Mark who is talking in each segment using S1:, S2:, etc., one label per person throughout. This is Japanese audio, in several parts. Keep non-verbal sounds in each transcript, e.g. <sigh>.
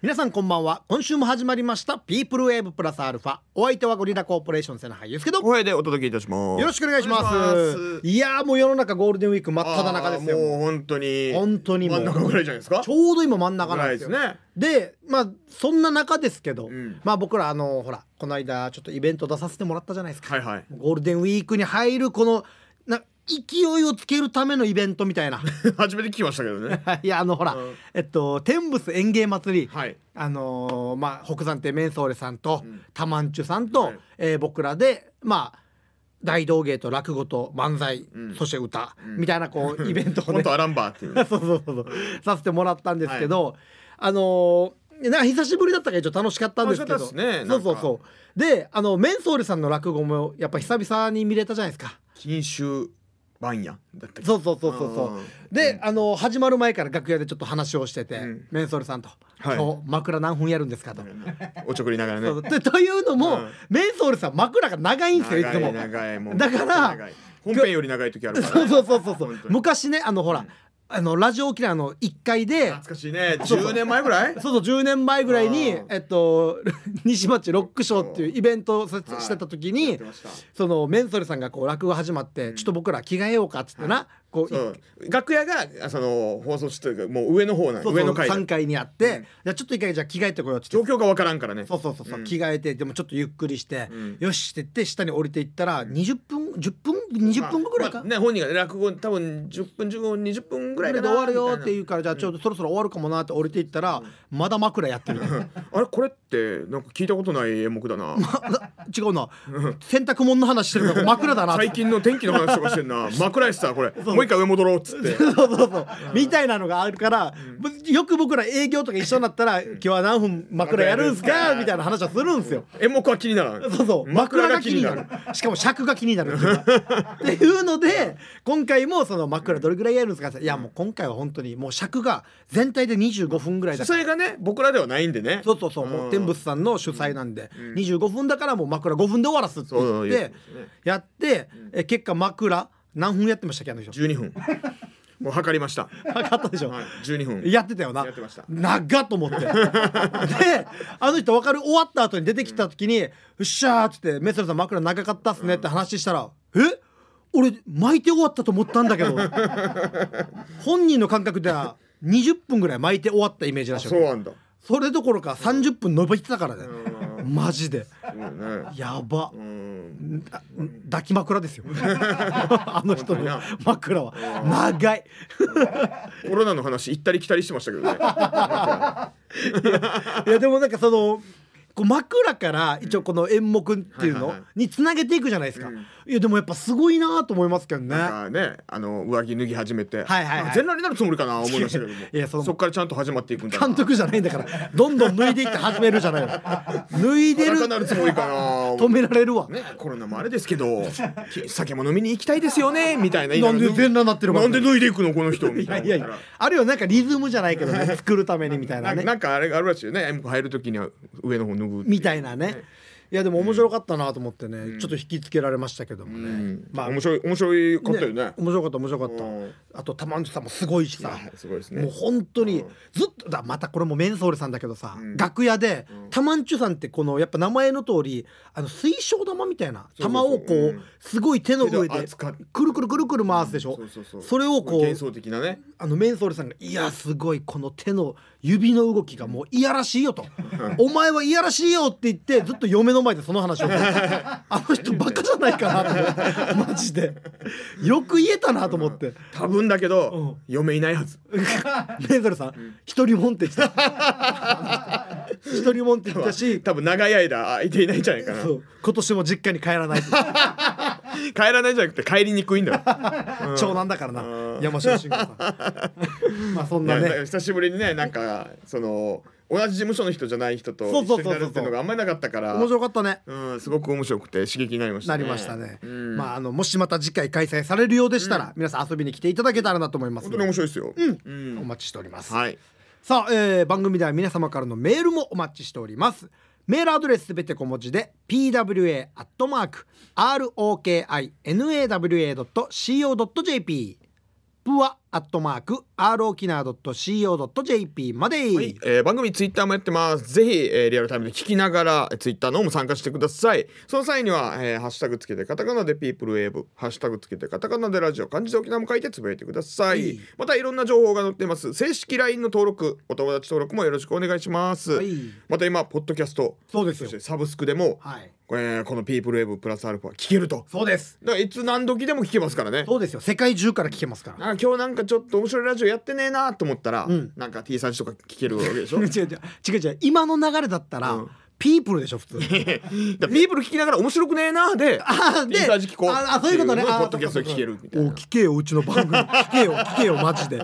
S1: 皆さんこんばんは今週も始まりましたピープルウェーブプラスアルファお相手はゴリラコーポレーションセナハイですけどよ
S2: 声でお届けいたします。
S1: ろしくお願いします
S2: お願いします
S1: いやーもう世の中ゴールデンウィーク真っ只中です
S2: あーも
S1: よ
S2: う本当に。
S1: 本当にも
S2: 真
S1: うん
S2: 中ぐらいじゃないですか。
S1: ちょうど今真ん中なんですよ
S2: ぐらいですね
S1: でまあそんな中ですけど、
S2: うん
S1: まあ僕らあのほらこの間ちょっとイベント出させてもらったじゃないですか
S2: はい <laughs> はい。
S1: ゴールデンウィークに入るこのな勢いをつけるためのイベントみたい
S2: <laughs>
S1: な
S2: 初めて聞きました
S1: <laughs>
S2: けどね。
S1: いやあのほら、
S2: うん
S1: えっと天仏園芸祭り、
S2: はい。
S1: あのーまあ北山亭メンソーレさんと、
S2: うん
S1: タマンチュさんと、
S2: はい
S1: えー僕らでまあ大道芸と落語と漫才、
S2: うん
S1: そして歌、
S2: うん
S1: みたいなこう
S2: <laughs>
S1: イベントを
S2: 本
S1: ね
S2: 当アランバーっていう。
S1: そうそうそうそうさせてもらったんですけど、あのーなんか久しぶりだったから一応楽しかったんですけど
S2: 楽しかったですね
S1: そうそうそうであのメンソーレさんの落語もやっぱ久々に見れたじゃないですか
S2: 禁酒番やだったっけ
S1: そうそうそうそうそう
S2: うん
S1: で、あの始まる前から楽屋でちょっと話をしてて、
S2: うん
S1: メンソーレさんと「
S2: はい
S1: 今日枕何分やるんですか?」と。 <laughs>
S2: おちょくりながらね。
S1: そうでというのも、
S2: うん
S1: メンソールさん枕が長いんですよいつ
S2: 長
S1: も
S2: い長いもう。
S1: だから
S2: 長い本編より長い時あるから。
S1: そうそうそうそう
S2: <laughs>
S1: そ
S2: 本
S1: う
S2: 当に
S1: 昔ねあのほら、あのラジオ沖縄の1階で
S2: 懐かしいね。
S1: そうそう
S2: 10年前ぐらい。
S1: そうそう10年前ぐらいに
S2: うん
S1: えっと <laughs> 西町ロックショーっていうイベントをさしてた時
S2: やっ
S1: に
S2: てました
S1: そのメンソールさんがこう落語始まって、ちょっと僕ら着替えようかっつってな、こう
S2: そう楽屋があその放送室というかもう上の方なん
S1: そうそう
S2: 上の階だ
S1: 3階にあって、
S2: うん
S1: じゃあちょっと一回じゃあ着替えてこようっつって
S2: 状況がわからんからね
S1: そうそうそうそう、
S2: うん
S1: 着替えてでもちょっとゆっくりして、
S2: うん
S1: よしって言って下に降りていったら20分10分20分ぐらいか、
S2: まあまあね本人が落語多分10分15分20分ぐ
S1: ぐ
S2: ら
S1: ら
S2: い
S1: い
S2: か
S1: で
S2: な
S1: 終わるよって言
S2: み
S1: うからじゃあちょうどそろそろ終わるかもなって降りていったらまだ枕や <laughs> ってる
S2: たいなあれこれってなんか聞いたことない演目
S1: <laughs>
S2: だな
S1: 違うな洗濯物の話してるから枕だなって
S2: 最近の天気の話とかして
S1: <laughs>
S2: んな枕やしさこれもう一回上戻ろうっつって
S1: そうそうそうみたいなのがあるからよく僕ら営業とか一緒になったら今日は何分枕やるんすかみたいな話はするんですよ
S2: 演目は気にならん
S1: そうそう枕が気になるしかも尺が気になるっていう <laughs> かっていうので今回もその枕どれぐらいやるんですかっていやもう今回は本当にもう尺が全体で25分ぐらいだか
S2: そ
S1: ら
S2: れがね僕らではないんでね
S1: そうそうそう、もう天仏さんの主催なんで、25分だからもう枕5分で終わらすって言
S2: そう
S1: っ
S2: 言って
S1: て
S2: ましたね
S1: やって、え結果枕何分やってましたっけあの人
S2: 12分
S1: <laughs>
S2: もう測りました
S1: 分かったでしょ、
S2: はい12分
S1: やってたよな
S2: やってました
S1: 長っと思
S2: <laughs>
S1: ってであの人分かる終わった後に出てきた時に「うっしゃ」っつって「メスラさん枕長かったっすね」って話したら「え俺巻いて終わったと思ったんだ
S2: <laughs>
S1: けど本人の感覚では20分ぐらい巻いて終わったイメージらしいよ
S2: そうなんだ
S1: それどころか30分伸びてたからね、マジで
S2: うんね
S1: やば
S2: うん
S1: あ抱き枕
S2: <laughs>
S1: ですよあの人
S2: 本当に
S1: の
S2: な
S1: 枕は長い
S2: コロナの話行ったり来たりしてましたけどね
S1: いやでもなんかそのこう枕から一応この演目っていう
S2: はい
S1: の
S2: はいは
S1: につなげていくじゃないですか、
S2: うん
S1: いやでもやっぱすごいなと思いますけどね
S2: なんかねあの上着脱ぎ始めて
S1: はいはいはい
S2: 全裸になるつもりかな思いましたけども
S1: いやその
S2: そっからちゃんと始まっていくんだな
S1: 監督じゃないんだからどんどん脱いでいって始めるじゃない
S2: <laughs>
S1: よ脱いでる
S2: 裸になるつもりかな
S1: 止められるわ
S2: ね、コロナもあれです
S1: <laughs>
S2: けどき酒も飲みに行きたいですよねみたいな言い
S1: な
S2: が
S1: ん
S2: ら
S1: で全裸になってるわ
S2: な
S1: け
S2: んで脱いでいくのこの人み
S1: い
S2: た
S1: や
S2: いない
S1: やいやあるよなんかリズムじゃないけどね作るためにみたいな
S2: な
S1: ね
S2: なんかあれがあるらしいよね M 入る時には上の方脱ぐ
S1: みたいなね。いやでも面白かったなと思ってね、ちょっと引きつけられましたけどもね。
S2: うん
S1: まあ
S2: 面白い面白かったよね
S1: 面白かった面白かっ
S2: うん
S1: た。あと玉内さんもすごいしさ。
S2: はいすごいですね
S1: もう本当に
S2: うん
S1: ずっとだまたこれもメンソーレさんだけどさ、楽屋で玉んちゅさんってこのやっぱ名前の通りあの水晶玉みたいな
S2: そう
S1: 玉
S2: そうそう
S1: をこう
S2: うん
S1: すごい手の上
S2: 手で
S1: で
S2: 扱っ
S1: くるくるくるくる回すでしょ、
S2: そうそうそう
S1: れをこう
S2: 幻想的なね
S1: あのメンソールさんが「いやすごいこの手の指の動きがもういやらしいよ」
S2: <laughs>
S1: と「お前はいやらしいよ」って言ってずっと嫁の前でその話をあの人バカじゃないかなと思ってマジでよく言えたなと思って
S2: 多分だけど
S1: う
S2: 嫁いないはず
S1: メンソールさん一人もんって言ってた
S2: <laughs>
S1: 一人もんって言ったし
S2: 多分長い間空いていないんじゃないかな
S1: そう今年も実家に帰らないと
S2: 帰らないじゃなくて帰りにくいんだよ
S1: 長男だからな山下慎吾さんまあそんな
S2: ね、
S1: ね
S2: なんか久しぶりにねなんかその同じ事務所の人じゃない人と
S1: そう
S2: 一
S1: そ
S2: 緒
S1: うそうそう
S2: になるっていうのがあんまりなかったから
S1: 面白かったね
S2: うん、すごく面白くて刺激になりました
S1: な
S2: ね。
S1: りましたね、
S2: うん
S1: まああのもしまた次回開催されるようでしたら、皆さん遊びに来ていただけたらなと思います
S2: 本
S1: の
S2: 当に
S1: で
S2: 面白いですよ。うん、
S1: お待ちしております、
S2: はい。
S1: さあ、えー番組では皆様からのメールもお待ちしておりますメールアドレスすべて小文字で pwa.rokinawa.co.jp プアアットマーク r 沖縄 .co.jp まで、
S2: はい、えー番組ツイッターもやってます。ぜひ、えーリアルタイムで聞きながら、えーツイッターの方も参加してください。その際には、えーハッシュタグつけてカタカナでピープルウェーブ、ハッシュタグつけてカタカナでラジオ、漢字で沖縄も書いてつぶやいてください。
S1: はい
S2: またいろんな情報が載っています。正式 LINE の登録、お友達登録もよろしくお願いします。
S1: はい
S2: また今、ポッドキャスト、
S1: そうです
S2: そ
S1: よ
S2: してサブスクでも、
S1: はい
S2: えーこのピープルウェーブプラスアルファ聞けると。
S1: そうです
S2: だからいつ何時でも聞けますからね。
S1: そうですよ世界中から聞けますから
S2: あ今日なんかちょっと面白いラジオやってねえなと思ったら、
S1: ん
S2: なんか T サーチとか聞けるわけでしょ
S1: <laughs> 違う違う違う違う今の流れだったら、
S2: うん
S1: ピープルでしょ普通
S2: <laughs> だからピープル聞きながら面白くねえなで、
S1: <laughs> あー
S2: インサージ聞こう
S1: ああそういうことね
S2: ってい
S1: あー
S2: うのをポッドキャストで聞けるみたいな
S1: お聞けようちの番
S2: <laughs>
S1: 組聞けよ聞けよマジで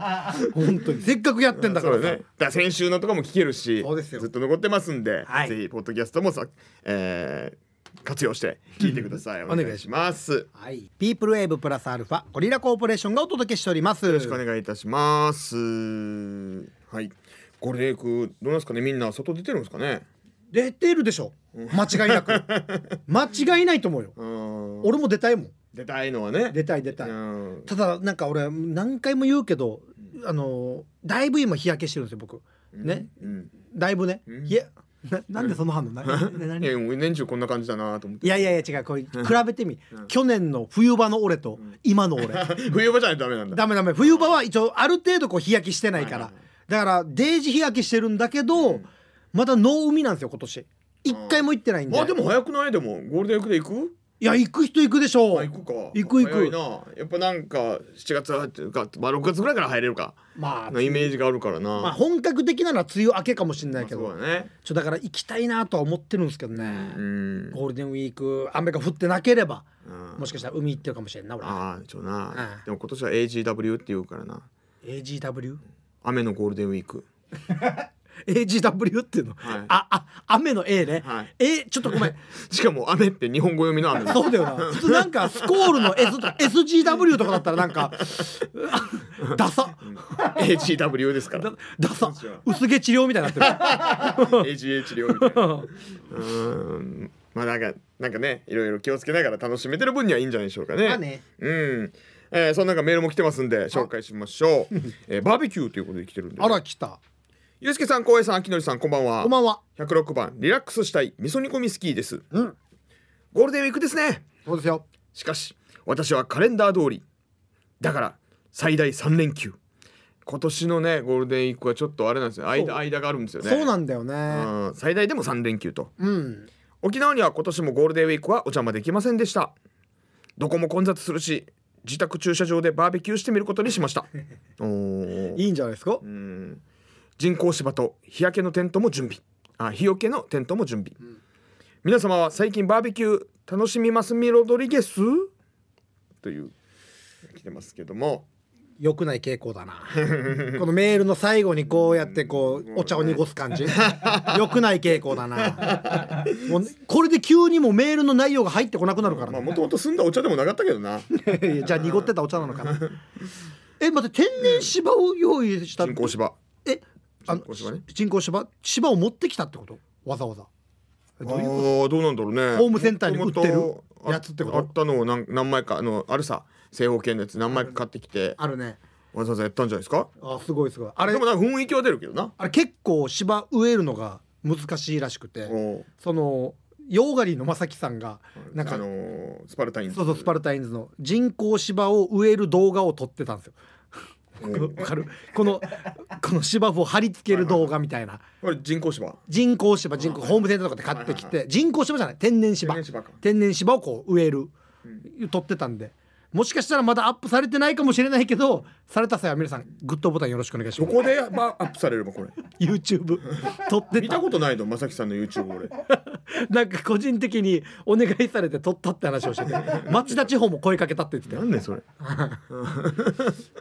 S1: 本当にせっかくやってんだから
S2: そうだね。だから先週のとかも聞けるし、
S1: そうですよ
S2: ずっと残ってますんで、
S1: はい
S2: ぜひポッドキャストもさ、えー活用して聞いてください。お
S1: 願い
S2: 願いします。
S1: はい、ピープルウェーブプラスアルファゴリラコーポレーションがお届けしておりますよ
S2: よろしくお願いいたします。はい。ゴールデンウィークどうなんですかね。みんな外出てるんですかね。
S1: 出てるでしょ間違いな
S2: <laughs>
S1: く間違いないと思うよ
S2: うん。
S1: 俺も出たいもん
S2: 出たいのはね。
S1: 出たい出たい
S2: うん。
S1: ただなんか俺何回も言うけどあのだいぶ今日焼けしてるんですよ僕ね
S2: うん。
S1: だいぶね
S2: うん
S1: いやななんでその
S2: <laughs>
S1: 反応なな何
S2: いやもう年中こんな感じだなと思って。 <laughs>
S1: いやいやいや違うこれ比べてみ去年の冬場の俺と今
S2: <laughs>
S1: の俺
S2: 冬場じゃないとダメなんだ。
S1: ダメダメ冬場は一応ある程度こう日焼けしてないから
S2: はいはいはい
S1: だからデージ日焼けしてるんだけどまだノー海なんですよ今年一回も行ってないんで
S2: まあでも早くないでもゴールデンウィークで行く？
S1: いや行く人行くでしょ
S2: あ
S1: う
S2: 行くか
S1: 行く行く
S2: 早いなやっぱなんか7月入ってるか、まあ、6月ぐらいから入れるか
S1: まあ
S2: のイメージがあるからな、
S1: まあ本格的なのは梅雨明けかもしれないけど、
S2: まあそうだね
S1: ちょだから行きたいなとは思ってるんですけどね、
S2: うん
S1: ゴールデンウィーク雨が降ってなければ
S2: うん
S1: もしかしたら海行ってるかもしれんな俺
S2: ああちょな、
S1: うん
S2: でも今年は AGW って言うからな
S1: AGW?AGW
S2: 雨のゴールデンウィーク
S1: っていうの、
S2: はい
S1: ああ雨の A ね、
S2: はい
S1: A ちょっとごめん
S2: しかも雨って日本語読みの雨
S1: そうだよな普通なんかスコールの S と SGW とかだったらなんかあダサ
S2: <laughs> AGW ですから
S1: だダサ
S2: ちは
S1: 薄毛治療みたいになってる
S2: AGH 料み <laughs> たいなうんまあなんかなんかねいろいろ気をつけながら楽しめてる分にはいいんじゃないでしょうかね。
S1: まあね
S2: うん、えー、そんな中メールも来てますんで紹介しましょう、えー、バーベキューということで来てるんで
S1: あら来た
S2: ゆうすけさん光栄さんあきのりさんこんばんは
S1: こんばんは
S2: 106番リラックスしたい味噌煮込みスキーです
S1: うん
S2: ゴールデンウィークですね
S1: そうですよ
S2: しかし私はカレンダー通りだから最大3連休今年のねゴールデンウィークはちょっとあれなんですよ間間があるんですよね
S1: そうなんだよね
S2: うん最大でも3連休と
S1: うん
S2: 沖縄には今年もゴールデンウィークはお邪魔できませんでしたどこも混雑するし自宅駐車場でバーベキューしてみることにしましたおー
S1: いいんじゃないですか
S2: うん人工芝と日焼けのテントも準備あ日よけのテントも準備、皆様は最近バーベキュー楽しみますみロドリゲスという来てますけども
S1: 良くない傾向だなこのメールの最後にこうやってこうお茶を濁す感
S2: <laughs>
S1: じ良くない傾向だなもうこれで急にもうメールの内容が入ってこなくなるから
S2: まあ
S1: ね、
S2: もともと <laughs> 澄んだお茶でもなかったけどな
S1: いやじゃあ濁ってたお茶なのかなえ待って天然芝を用意したって
S2: 人工芝
S1: えあの
S2: 人工芝ね
S1: 人工芝芝を持ってきたってことわざわざ
S2: あーどうなんだろうね
S1: ホームセンターに売ってるやつってこと
S2: あったのを何何枚かあのあるさ正方形のやつ何枚か買ってきて
S1: あるね
S2: わざわざやったんじゃないですか
S1: あすごいすごいあれ
S2: でもなんか雰囲気は出るけどな
S1: あれ結構芝植えるのが難しいらしくて
S2: おう
S1: そのヨーガリーの正樹さんがなんか
S2: あのースパルタインズ
S1: そうそうスパルタインズの人工芝を植える動画を撮ってたんですよ。わかるこのこの芝生を貼り付ける動画みたいな
S2: これ人工芝
S1: 人工芝人工ホームセンターとかで買ってき
S2: はいはい
S1: て人工芝じゃない天然芝
S2: 天然芝か
S1: 天然芝をこう植える撮ってたんでもしかしたらまだアップされてないかもしれないけどされた際は皆さんグッドボタンよろしくお願いし
S2: ど
S1: ます
S2: こで、まあ、アップされればこれ
S1: YouTube 撮って
S2: 見
S1: た
S2: たことないのまさきさんの YouTube 俺
S1: なんか個人的にお願いされて撮ったって話をしてて町田地方も声かけたって言ってたよ
S2: なんでそれ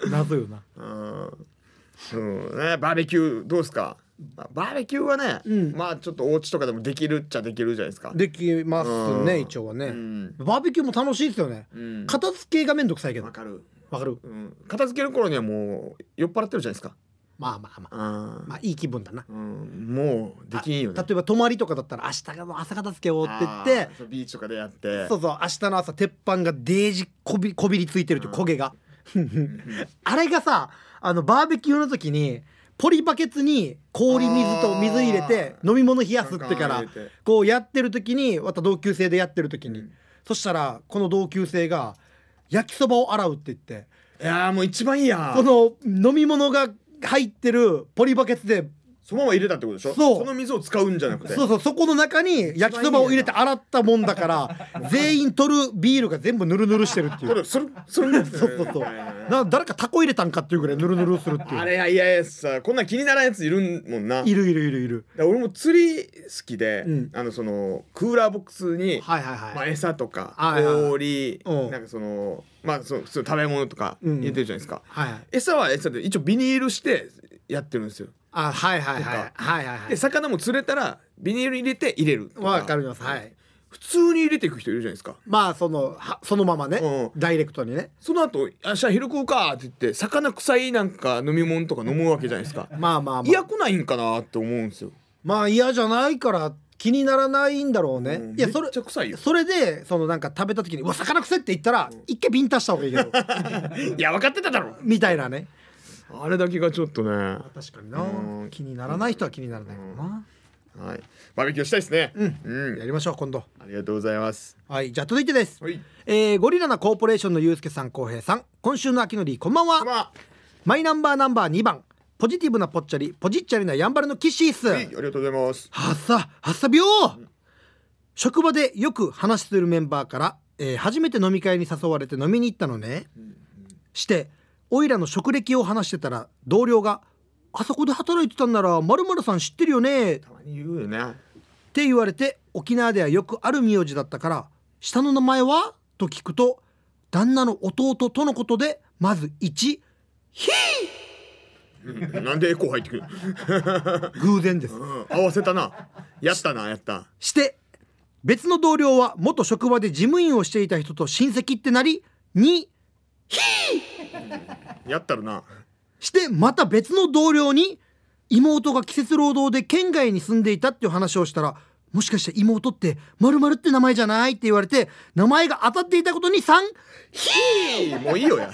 S1: 謎よな
S2: うんそうねバーベキューどうですか、まあ、バーベキューはね、まあちょっとお家とかでもできるっちゃできるじゃないですか
S1: できます
S2: う
S1: ね
S2: ん
S1: 一応はね、
S2: ん
S1: バーベキューも楽しいですよね、
S2: うん
S1: 片付けがめんどくさいけど
S2: わかる、
S1: わかる
S2: うん、片付ける頃にはもう酔っ払ってるじゃないですか
S1: まあまあまあ
S2: あ
S1: まあいい気分だな、
S2: ー、うん、もうできんよね
S1: 例えば泊まりとかだったら明日がもう朝片付けをって言っ
S2: あ
S1: て
S2: ーそうビーチとかでやって
S1: そうそう明日の朝鉄板がデージこびこびりついてるっていう焦げが、あれがさあのバーベキューの時にポリバケツに氷水と水入れて
S2: あー
S1: 飲み物冷やすってか
S2: な
S1: ら
S2: ん入れて
S1: こうやってる時にまた同級生でやってる時に、
S2: うん
S1: そしたらこの同級生が焼きそばを洗うって言って
S2: いやーもう一番いいや
S1: こ
S2: その
S1: の飲み物が入ってるポリバケツで
S2: まま入れたってことでしょ
S1: そう
S2: その水を使うんじゃなくて
S1: そうそうそこの中に焼きそばを入れて洗ったもんだから
S2: <laughs>
S1: 全員取るビールが全部ヌルヌルしてるってい
S2: こ
S1: う
S2: れそれそれね
S1: そうそうそう
S2: はいはいはい
S1: な誰かタコ入れたんかっていうぐらいヌルヌルするって
S2: <laughs> あ
S1: いう
S2: れはいやいやさこんなん気にならんやついるもんない
S1: るいるいるいる
S2: だから俺も釣り好きで、
S1: うん
S2: あのそのクーラーボックスに、
S1: はいはい
S2: ま
S1: は
S2: あ、
S1: い、
S2: 餌とか
S1: はいはい
S2: 氷、
S1: うん
S2: なんかそのまあその普通の食べ物とか
S1: うん
S2: 入れてるじゃないですか、
S1: はい
S2: 餌は餌で一応ビニールしてやってるんですよ
S1: あはいはいはいはいはいは
S2: で
S1: い
S2: 魚も釣れたらビニールに入れて入れると
S1: わかりますはい
S2: 普通に入れていく人いるじゃないですか
S1: まあそのはそのままね、
S2: う
S1: ダイレクトにね
S2: その後あしゃあ昼食うか」って言って魚臭いなんか飲み物とか飲むわけじゃないですか
S1: まあまあまあ
S2: 嫌くないんかなって思うんですよ
S1: まあ嫌じゃないから気にならないんだろうね、
S2: うん
S1: いやそ
S2: め
S1: れ
S2: っちゃ臭いよ
S1: それでそのなんか食べた時に「うわ魚臭い」って言ったら、一回ビンタした方 <laughs> がいいけど
S2: いや分かってただろ
S1: みたいな
S2: <laughs>
S1: ね
S2: あれだけがちょっとねは
S1: 確かにな
S2: うん
S1: 気にならない人は気にならないかもな、
S2: いバーベキューしたいですねうん、
S1: やりましょう今度
S2: ありがとうございます
S1: はいじゃあ続いてです、
S2: はい
S1: えーゴリラなコーポレーションのゆうすけさん浩平さん今週の秋のりこんばんは
S2: まあ
S1: マイナンバーナンバー2番ポジティブなぽっちゃりポジッチャリなやんばるのキッシース、
S2: はいありがとうございます
S1: はっさはっさびょう、職場でよく話するメンバーから、えー初めて飲み会に誘われて飲みに行ったのね、しておいらの職歴を話してたら同僚が「あそこで働いてたんならまるさん知ってるよね」った
S2: まに言うよね <laughs>
S1: て言われて沖縄ではよくある名字だったから「下の名前は?」と聞くと旦那の弟とのことでまず1
S2: うんなんでエコー入ってくる、
S1: 偶然です
S2: うん、合わせたなやったなやった
S1: して別の同僚は元職場で事務員をしていた人と親戚ってなり2
S2: やったるな
S1: してまた別の同僚に妹が季節労働で県外に住んでいたっていう話をしたらもしかして妹って〇〇って名前じゃないって言われて名前が当たっていたことに3
S2: いいもういいよや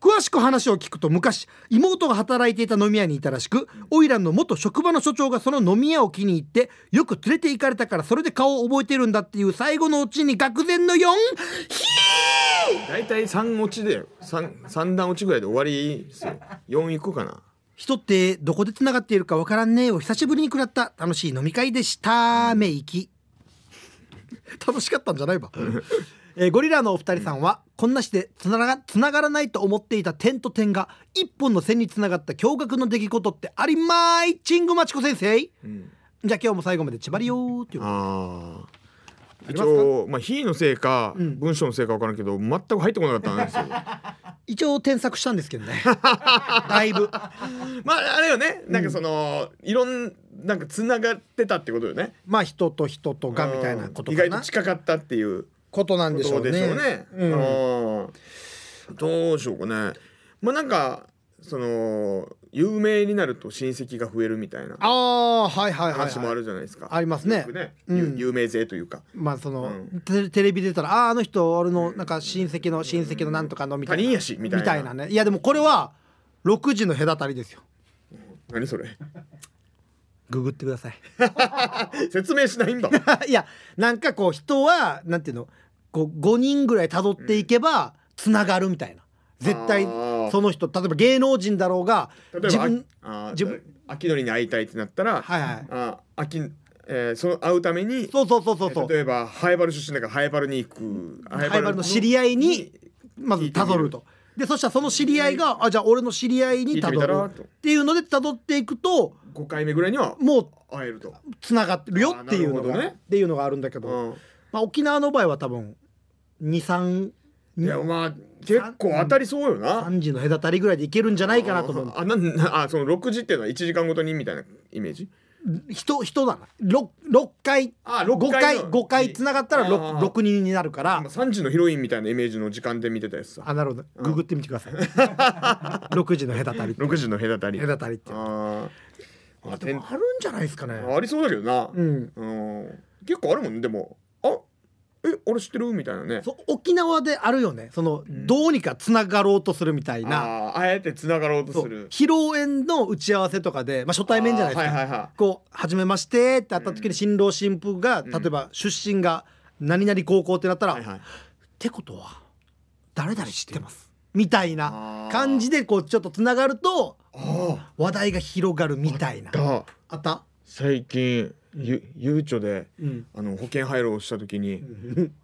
S1: 詳しく話を聞くと昔妹が働いていた飲み屋にいたらしくオイランの元職場の所長がその飲み屋を気に入ってよく連れて行かれたからそれで顔を覚えてるんだっていう最後のうちに愕然の 4!
S2: 大体三落ちで三三段落ちぐらいで終わりです
S1: <laughs>
S2: よ四いくかな
S1: 人ってどこでつながっているかわからんねえを久しぶりに食らった楽しい飲み会でしため息楽しかったんじゃない
S2: <laughs>
S1: ば、えーゴリラのお二人さんは、こんなしてつながつながらないと思っていた点と点が一本の線につながった驚愕の出来事ってありまーいチングマチコ先生じ
S2: うん
S1: ゃあ今日も最後までちばりよーっていう
S2: ああ
S1: り
S2: 一
S1: ますか
S2: 応まあ火のせいか、
S1: うん
S2: 文章のせいか分からんけど全く入ってこなかったんで
S1: <laughs>
S2: すよ
S1: 一応添削したんですけ
S2: <laughs>
S1: どねだいぶ
S2: まああれよねなんかその、いろんなんかつながってたってことよね
S1: まあ人と人とがみたいなこと
S2: うん意
S1: か
S2: 外と
S1: な
S2: 近かったっていう
S1: ことなん
S2: こ
S1: でしょ
S2: と
S1: うね
S2: でしょうね
S1: うん
S2: うんどうしようかねまあなんかその有名になると親戚が増えるみたいな
S1: ああはいはいはい、はい、
S2: 話もあるじゃないですか、
S1: ありますね
S2: よくね、
S1: うん
S2: 有有名勢というか
S1: まあその、
S2: うん
S1: テテレビ出たら「ああーあの人俺のなんか親戚の親戚のなんとかの」みたいな
S2: 他人やしみたいな
S1: ねいやでもこれは6時の隔たりですよ
S2: 何それ <laughs>
S1: ググってください <laughs>
S2: 説明しないんだ
S1: いやなんかこう人はなんていうのこう5人ぐらい辿っていけばつながるみたいな絶対
S2: あー
S1: その人例えば芸能人だろうが
S2: 例え
S1: <laughs>
S2: ば
S1: 自分
S2: ああ
S1: 自分
S2: 秋のりに会いたいってなったら、
S1: はいはい
S2: あ秋えーその会うために
S1: そうそうそうそうそう
S2: 例えばハイバル出身だからハイバルに行くハ
S1: イバルの知り合いにまずたどると。でそしたらその知り合いが「あじゃあ俺の知り合いにたど
S2: 聞いてみたら
S1: る」
S2: と
S1: っていうのでたどっていくと
S2: 5回目ぐらいには
S1: もう
S2: 会えると、
S1: つながってるよっていうの
S2: あーなるほ
S1: が、
S2: どね
S1: っていうのがあるんだけど、
S2: うん
S1: まあ、沖縄の場合は多分23
S2: いやまあ結構当たりそうよな
S1: 3時の隔たりぐらいでいけるんじゃないかなと思う
S2: あなん <laughs> あその6時っていうのは1時間ごとにみたいなイメージ
S1: 人人だな 6, 六回
S2: あ
S1: 5
S2: 6
S1: 回
S2: 回
S1: 5回つながったら 6,
S2: あー
S1: 6人になるから
S2: 3時のヒロインみたいなイメージの時間で見てたやつさ
S1: あなるほどググってみてください、6時の
S2: <laughs>
S1: 隔たり
S2: 6時の隔た
S1: <laughs>
S2: り
S1: 隔たりって
S2: あーあ
S1: で
S2: てん
S1: もあるんじゃないですかね
S2: ありそうだけどな
S1: うん
S2: うん結構あるもんねでもあえ俺知ってるみたいなね
S1: そう沖縄であるよねその、どうにかつながろうとするみたいな
S2: あーあえてつながろうと
S1: そ
S2: す
S1: う
S2: る
S1: 披露宴の打ち合わせとかで、まあ、初対面じゃないですか、
S2: あーはいはいは
S1: こう「はじめまして」って会った時に新郎新婦が、例えば出身が何々高校ってなったら「
S2: はいはい
S1: ってことは誰々知ってます」みたいな感じでこうちょっとつながると
S2: あ
S1: 話題が広がるみたいな
S2: ーが
S1: あった
S2: 最近ゆゆうちょで、
S1: うん
S2: あの保険配慮をした時に、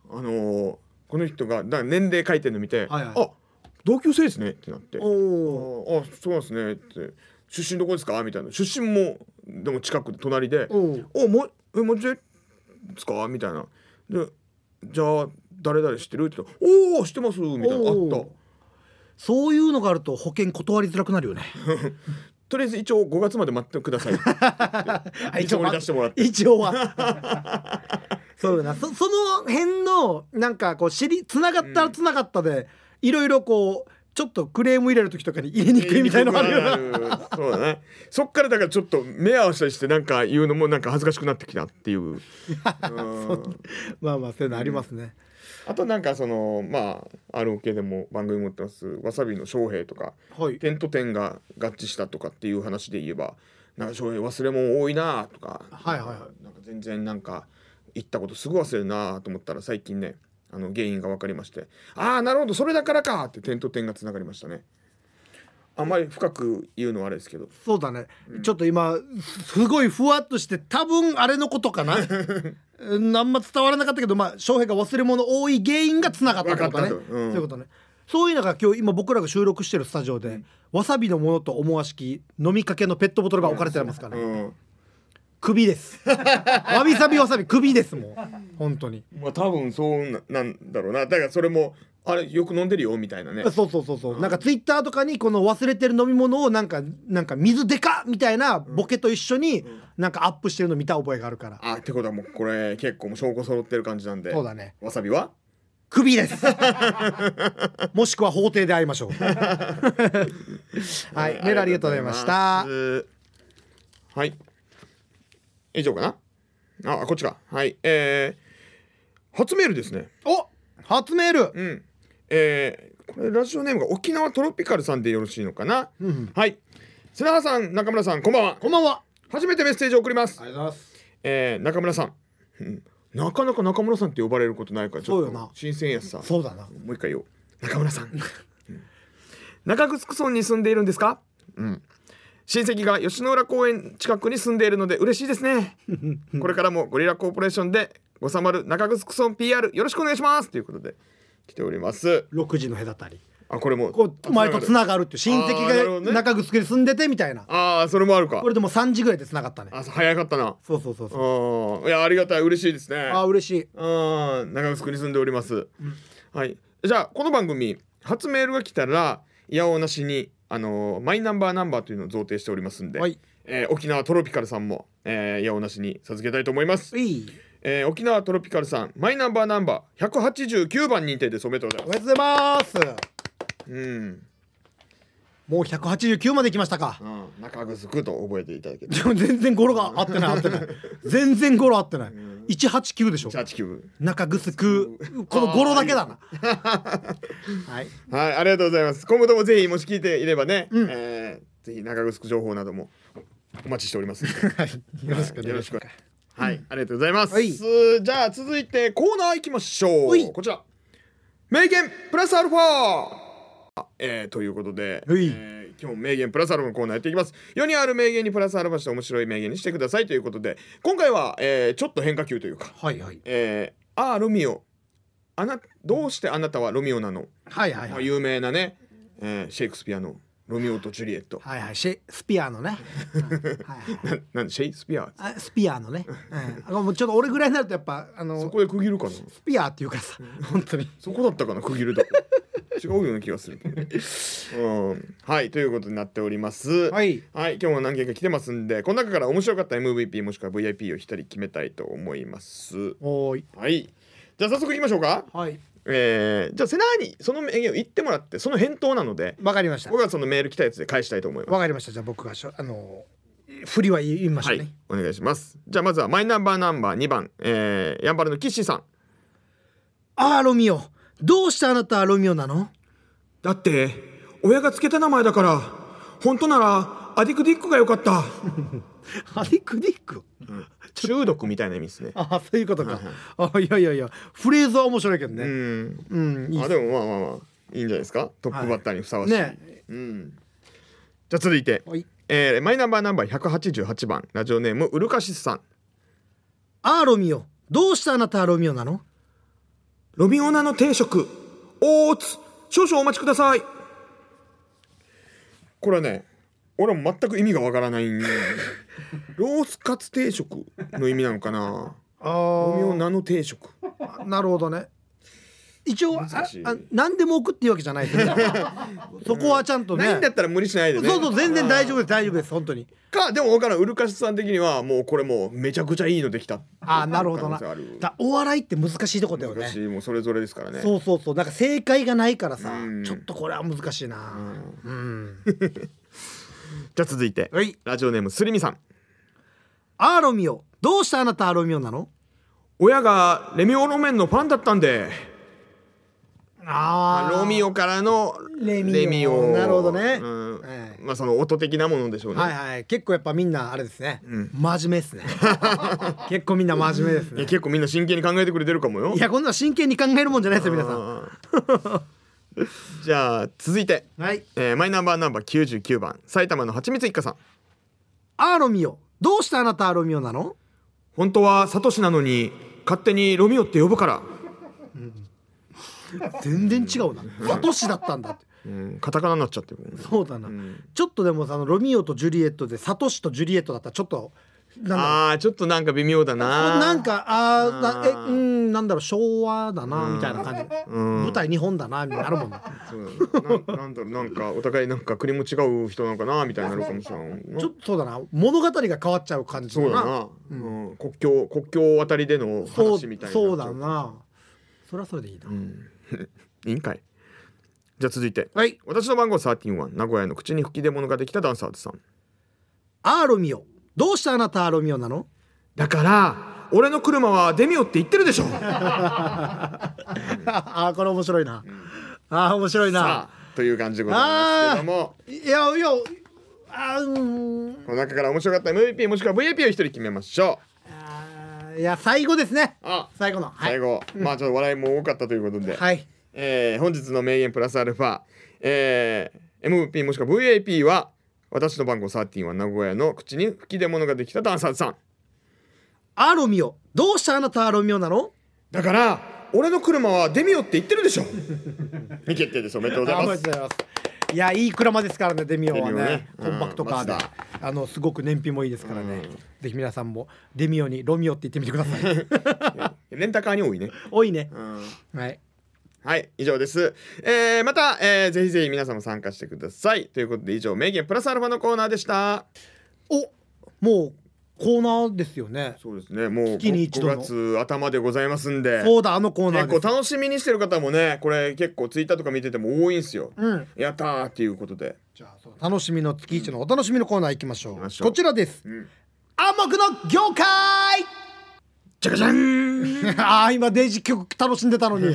S2: あのーこの人がだから年齢書いてるの見て、
S1: はいはい
S2: あ同級生ですねってなってあ
S1: お
S2: ーあそうなんですねって出身どこですかみたいな出身もでも近くで隣で「
S1: おう
S2: おもえマジでですか?」みたいな「でじゃあ誰々知ってる?」って言ったら「おお知ってます」みたいなあった
S1: そういうのがあると保険断りづらくなる
S2: <laughs>
S1: よね
S2: とりあえず一応5月まで待ってください
S1: あ
S2: 一応俺出してもらって
S1: 一応は <laughs> そうだなそその辺のなんかこう知りつながったらつながったでいろいろこうちょっとクレーム入れる時とかに入れにくいみたいなのあるよな
S2: そうだねそっからだからちょっと目合わせたりしてなんか言うのもなんか恥ずかしくなってきたっていう <laughs> うん
S1: まあまあそういうのありますね、
S2: あとなんかそのまあ ROK でも番組持ってますわさびの翔平とか
S1: はい
S2: 点と点が合致したとかっていう話で言えばなんか翔平忘れ物多いなとか
S1: はいはいはい
S2: なんか全然なんか言ったことすぐ忘れるなと思ったら最近ねあの原因が分かりましてああなるほどそれだからかって点と点がつながりましたねあんまり深く言うのはあれですけど
S1: そうだね、ちょっと今すごいふわっとして多分あれのこと
S2: <laughs>
S1: かなうんあんま伝わらなかったけどまあ翔平が忘れ物多い原因がつながったってことだね
S2: わかったとう
S1: そ
S2: ん
S1: ういうことねそういうのが今日今僕らが収録してるスタジオで、わさびのものと思わしき飲みかけのペットボトルが置かれてますから、ね、
S2: うん
S1: 首ですわびさびわさび首ですもう本当に
S2: まあ多分そうななんだろうなだからそれもあれよく飲んでるよみたいなね
S1: <laughs> そうそうそうそう、なんかツイッターとかにこの忘れてる飲み物をなんかなんか水でかっみたいなボケと一緒になんかアップしてるの見た覚えがあるから、
S2: あってことはもうこれ結構もう証拠揃ってる感じなんで
S1: そうだね
S2: わさびは
S1: 首です <laughs> もしくは法廷で会いましょ <laughs> うはいメールありがとうございました
S2: はい。以上かな。あ、こっちか。はい。えー、初メールですね。
S1: お初メール、
S2: うん。えー、これラジオネームが沖縄トロピカルさんでよろしいのかな。はい。砂原さん、中村さん、こんばんは。
S1: こんばんは
S2: 初めてメッセージを送ります。
S1: ありがとうございます
S2: えー、中村さん。うんなかなか中村さんって呼ばれることないから、ち
S1: そ
S2: ょっ
S1: うよな
S2: と新鮮やしさ。
S1: そうだな
S2: もう一回言おう。中村さん。中城村に住んでいるんですか。うん。親戚が吉野浦公園近くに住んでいるので嬉しいです <laughs> ね。これからもゴリラコーポレーションでごさまる中城村 PR よろしくお願いしますということで来ております。
S1: 6時の隔たり
S2: あこれも
S1: こうお前とつ
S2: あ
S1: ながるっていう親
S2: あーなるほど
S1: 戚が
S2: ね
S1: 中城に住んでてみたいな
S2: あーそれもあるか
S1: こ。れでも3時ぐらいでつながったね
S2: あ早かったな。
S1: そうそうそうそう
S2: うんいやありがたい嬉しいですね。
S1: あー嬉しい
S2: うん、長臼区に住んでおります。はい。じゃあこの番組初メールが来たらいやおうなしにあのーマイナンバーナンバーというのを贈呈しておりますんで、
S1: はい
S2: えー沖縄トロピカルさんも、えー、いやおうなしに授けたいと思います。
S1: いい
S2: えー沖縄トロピカルさんマイナンバーナンバー189番認定ですおめでとうござ
S1: お
S2: いま
S1: めでとうございます
S2: す。うん。
S1: もう189まで来ましたか
S2: うん、中臼区と覚えていただける。
S1: でも全然語呂が合ってない合ってない全然語呂合ってない189でしょ
S2: チャーチキブ。
S1: 中ぐすくこの語呂だけだな。はい。
S2: はい、ありがとうございます。今後ともぜひもし聞いていればね、えーぜひ中臼区情報などもお待ちしております。
S1: はい。よろしくお
S2: よ
S1: 願
S2: ろ
S1: い
S2: し
S1: し
S2: く
S1: ま。
S2: はい、ありがとうございます。
S1: はい
S2: じゃあ続いてコーナー行きましょ。
S1: はいう
S2: こちら。名言プラスアルファ。あえー、ということで、え
S1: はい
S2: ー今日も名言プラスアルファのコーナーやっていきます世にある名言にプラスアルファして面白い名言にしてくださいということで今回は、えーちょっと変化球というか
S1: す。はいはい
S2: 「えー、ああロミオあなどうしてあなたはロミオなの?」
S1: はいはい
S2: ま
S1: は
S2: あ
S1: い。
S2: 有名なね、えーシェイクスピアの「ロミオとジュリエット」
S1: はいはい。シェスピアの <laughs> ね。はいはい。
S2: ななんでシェイクスピア
S1: あスピアのね。うんあ。もうちょっと俺ぐらいになるとやっぱあ
S2: そ
S1: の
S2: こで区切るかな
S1: スピアっていうかさ、本当に。
S2: そこだったかな区切
S1: <laughs>
S2: るだ違うような気がするけど、うん、はいということになっております
S1: はい
S2: 今日も何件か来てますんでこの中から面白かった MVP もしくは VIP を一人決めたいと思います
S1: おーい。
S2: はいじゃあ早速いきましょうか
S1: はい。
S2: えー、じゃあ瀬名にその名言を言ってもらってその返答なので
S1: わかりました。
S2: 僕はそのメール来たやつで返したいと思います
S1: わかりました。じゃあ僕がしょあの振りは言いまし
S2: は
S1: た
S2: い
S1: ね。、
S2: お願いします。じゃあまずはマイナンバーナンバー2番、えー、ヤンバルの岸さん。
S1: ああロミオどうしてあなたはロミオなの
S2: だって親がつけた名前だから本当ならアディクディックが良かった
S1: ハリクディック
S2: 中毒みたいな意味ですね
S1: ああそういうことか、あいやいやいやフレーズは面白いけど
S2: う
S1: ね
S2: ん
S1: うん、いいっ
S2: あ
S1: す
S2: でもまあまあまあいいんじゃないですかトップバッターにふさわしい、
S1: ね
S2: うん、じゃあ続いて、
S1: はい
S2: えーマイナンバーナンバー188番ラジオネームウルカシスさん
S1: ああロミオどうしてあなたはロミオなの
S2: ロミオナの定食おーつ少々お待ちくださいこれね俺も全く意味がわからないんでロースカツ定食の意味なのかなロミオ
S1: あ
S2: ナの定食
S1: あなるほどね一応あ
S2: しい
S1: あ何でも送っていうわけじゃない <laughs> ですねそこはちゃんとね
S2: ないんだったら無理しないでね
S1: そうそう全然大丈夫です大丈夫です本当に
S2: かでも分からんウルカシスさん的にはもうこれもうめちゃくちゃいいのできた
S1: ああなるほどな
S2: 可能性ある
S1: だお笑いって難しいとこだよね
S2: 昔もうそれぞれですからね
S1: そうそうそうなんか正解がないからさ
S2: うん
S1: ちょっとこれは難しいなうん
S2: じゃあ続いて
S1: はい
S2: ラジオネームすりみさん
S1: アーロミオどうしてあなたアーロミオなの
S2: 親がレミオロメンのファンだったんで
S1: あ
S2: ロミ
S1: オ
S2: オからの
S1: レミオ
S2: オ
S1: なるほどね
S2: うん
S1: はい
S2: まあその音的なものでしょうね、
S1: はいはい結構やっぱみんなあれですね
S2: ん
S1: 真面目ですね <laughs> 結構みんな真面目です
S2: いや
S1: ね
S2: 結構みんな真剣に考えてくれてるかもよ
S1: いやこんなの真剣に考えるもんじゃないですよ皆さん
S2: うん <laughs> じゃあ続いて、
S1: はい
S2: えーマイナンバーナンバー99番埼玉のはちみつ一家さん
S1: アーロミオどうしてあなたアーロミオなの
S2: 本当はサトシなのに勝手にロミオって呼ぶから、
S1: 全然違うなサトシだったんだって
S2: うん、カタカナになっちゃってる
S1: そうだな、ちょっとでもさあのロミオとジュリエットでサトシとジュリエットだったらちょっとなんだろう
S2: あーちょっとなんか微妙だな
S1: なんかあー
S2: あー
S1: なえうんなんだろう昭和だなみたいな感じ、舞台日本だなみたいになるもんな
S2: そうだななんだろうなんかお互いなんか国も違う人なのかなみたいになるかもしれんな
S1: ちょっとそうだな物語が変わっちゃう感じだ
S2: そ
S1: な
S2: うだな、うん国境国境渡りでの
S1: そう
S2: 話みたいな
S1: そうだなそれはそれでいいな、
S2: 委員会じゃあ続いて
S1: はい
S2: 私の番号13は名古屋の口に吹き出物ができたダンサーズさん
S1: アーロミオどうしてあなたアーロミオな
S2: <laughs>
S1: の
S2: だから俺の車はデミオって言ってるでしょさ
S1: あーこれ面白いな、あー面白いな
S2: あという感じでございますけども
S1: いやいやあーうーん
S2: この中から面白かった MVP もしくは VIP を一人決めましょ
S1: あーいや最後ですね
S2: うあ
S1: 最後のはい
S2: 最後、まあちょっと笑いも多かったということで、
S1: はい
S2: えー本日の名言プラスアルファ、えー MVP もしくは VAP は私の番号13は名古屋の口に吹き出物ができたダンサーズさん
S1: アーロミオどうしてあなたアーロミオなの
S2: だから俺の車はデミオって言ってるでしょ <laughs> に決定ですおめでとうござい
S1: あ
S2: ま
S1: りが
S2: す
S1: とうございます。いやいい車ですからねデミオは
S2: デ
S1: ね
S2: ミオね
S1: コンパクトカーで、
S2: うんマツ
S1: あのすごく燃費もいいですからね、ぜひ皆さんもデミオにロミオって言ってみてください
S2: <laughs> レンタカーに多いね、
S1: 多いね、はい
S2: はい以上です、えーまた、えーぜひぜひ皆さんも参加してくださいということで以上名言プラスアルファのコーナーでした
S1: おもうコーナーですよね
S2: そうですねもう
S1: 月に一度の
S2: 5月頭でございますんで
S1: そうだあのコーナー
S2: 結
S1: で
S2: 構
S1: す
S2: 楽しみにしてる方もねこれ結構ツイッターとか見てても多いんすよ、
S1: うん
S2: やったーっていうことで
S1: じゃあその楽しみの月一のお楽しみのコーナー行きましょう、
S2: きましょう
S1: こちらです、
S2: ん
S1: 暗黙の業界
S2: じゃかじゃ <laughs> ん
S1: あー今デイジ曲楽しんでたの
S2: <laughs>
S1: に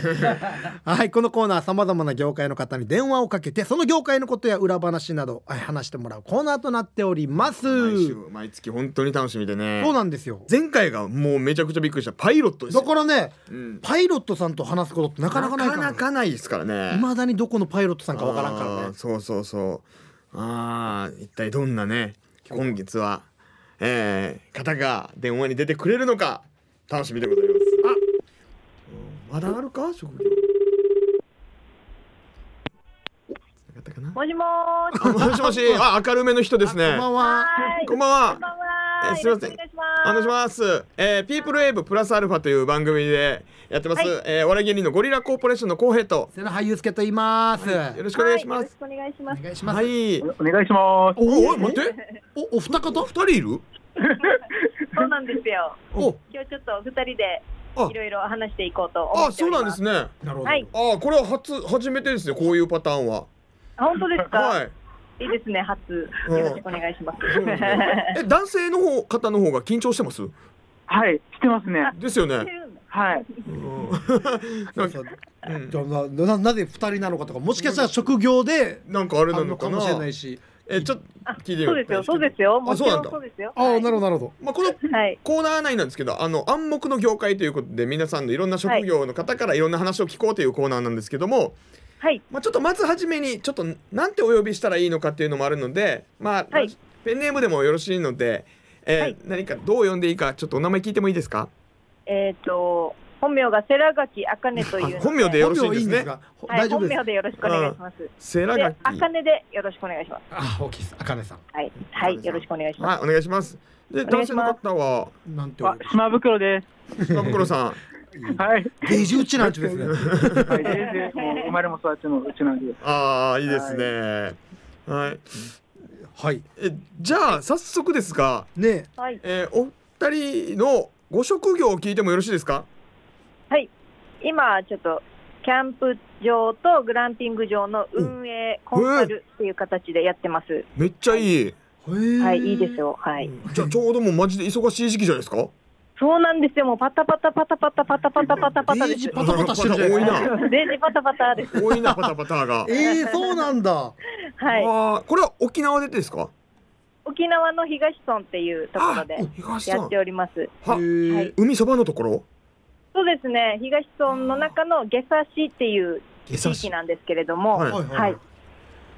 S1: はいこのコーナーさまざまな業界の方に電話をかけてその業界のことや裏話などはい話してもらうコーナーとなっております
S2: 毎週毎月本当に楽しみでね
S1: そうなんですよ
S2: 前回がもうめちゃくちゃびっくりしたパイロットです
S1: だ
S2: よ
S1: からね、
S2: ん
S1: パイロットさんと話すことってなかなかないから
S2: なかないですからね
S1: いまだにどこのパイロットさんかわからんから
S2: あー
S1: ね
S2: そうそうそうあー一体どんなね今月は、えー、方が電話に出てくれるのか楽しみでございますあまだあるか職業おなかったかな
S3: もしもーし。
S2: あもしもし <laughs> あ明るめの人ですね
S1: こんばんは
S3: はい。
S2: こんばんは
S3: こんばんは。
S2: えすいません
S3: よろしく
S2: お
S3: お
S2: 願
S3: 願
S2: いし
S3: いします。
S2: ます。えー、ピープルウェーブプラスアルファという番組でやってます。
S3: はい
S2: えー、お笑い芸人のゴリラコーポレーションの浩平と。
S1: 瀬名俳優助と言います、
S2: よろしくお願いしま
S3: はいよろ
S2: す
S3: し。くお願いしま
S1: お
S3: す。
S1: 願いします、
S2: はい。
S4: お願いします。
S2: おお、
S1: ー
S2: 待って。
S1: おお二方
S2: 二人いる。
S3: そうなんですよ。
S2: お、
S3: 今日ちょっとお二人で
S2: あ
S3: いろいろ話していこうと思
S2: あ、
S3: って
S2: そ
S3: お
S2: う
S3: りま
S2: な
S3: す。
S2: んですね。あ
S1: なるほど、
S3: はい。
S2: ー、これは初、初めてですね。こういうパターンは。
S3: あ本当ですか。
S2: はい。
S3: い、いですね。初。よ
S2: うん
S3: ろしくお願いします。
S2: そうなんですねえ、男性の方、方の方が緊張してます。
S4: はい、来てますね。
S2: ですよね。
S3: はい。
S1: そ
S2: なんか
S1: うじゃあなななぜ二人なのかとかもしかしたら職業で
S2: なんかあれ
S1: あ
S2: な
S1: る
S2: の
S1: の
S2: か
S1: か
S2: な
S1: もしれないし
S2: えちょっと聞いてよ
S3: そうですよ、そうですよ。
S2: あ
S3: もち
S2: そうなん
S3: ろん
S2: だ
S3: そうですよ。
S1: ああなるほ
S3: ほ
S1: どなるほど
S2: まあ、この
S3: ど。はい。
S2: コーナー内なんですけどあの暗黙の業界ということで皆さんのいろんな職業の方からいろんな話を聞こうというコーナーなんですけども、
S3: はい。
S2: まあ、ちょっとまず初めにちょっとなんてお呼びしたらいいのかっていうのもあるので、まあ
S3: はい
S2: ペンネームでもよろしいので、えー
S3: はい
S2: 何かどう呼んでいいかちょっとお名前聞いてもいいですか
S3: えっ、と、本名が世良垣あかねというので。
S2: あ本名でよろしいです
S1: 本
S2: ね
S1: 名かほ
S3: はい、
S1: 大丈夫
S3: 本
S1: です
S3: 名でよろしくお願いします。
S2: セラ
S3: で
S2: ガキ、
S3: あかねでよろしくお願いします。
S1: あオッケーですあかねさん
S3: はい。はい、よろしくお願いします。
S2: はいお願いしますで
S3: お願
S2: 男
S3: いし
S2: 性
S3: ます
S2: の方
S3: <laughs>
S2: は
S1: なんて
S4: あ、島袋で
S2: 島袋さん <laughs>
S4: す。はい。
S1: ゲージ打ちなんちゅうですね
S4: はい、全然もう生まれも育ちもうちなんで。
S2: ああいいですねはい、
S1: はい
S2: えじゃあ早速ですが、
S1: ねえ
S3: はい。
S2: えーお二人のご職業を聞いてもよろしいですか
S3: はい。今、ちょっと、キャンプ場とグランピング場の運営、コンサルっていう形でやってます。
S2: めっちゃいい、
S3: はい、いいですよ。はい。
S2: じゃあちょうどもうマジで忙しい時期じゃないです
S3: <laughs>
S2: か
S3: そうなんですよ。もうパタパタパタパタパタパタパタパタ
S1: ゲ
S3: で
S1: ー
S3: す
S1: ジ。パタパタしてる
S2: 多いな
S3: デジパタパタです。
S2: 多いなパタパタが
S1: えー、そうなん
S3: <laughs>
S1: だ
S3: はい。
S2: あーこれは沖縄でですか
S3: 沖縄の東村っていうところで
S2: あ東さ
S3: や
S2: ん
S3: っております。
S1: へ
S2: は
S1: ー
S3: はい
S2: 海そばのところ
S3: そうですね。東村の中の下差しっていう地域なんですけれども、
S2: はい
S1: はいはい、
S3: はい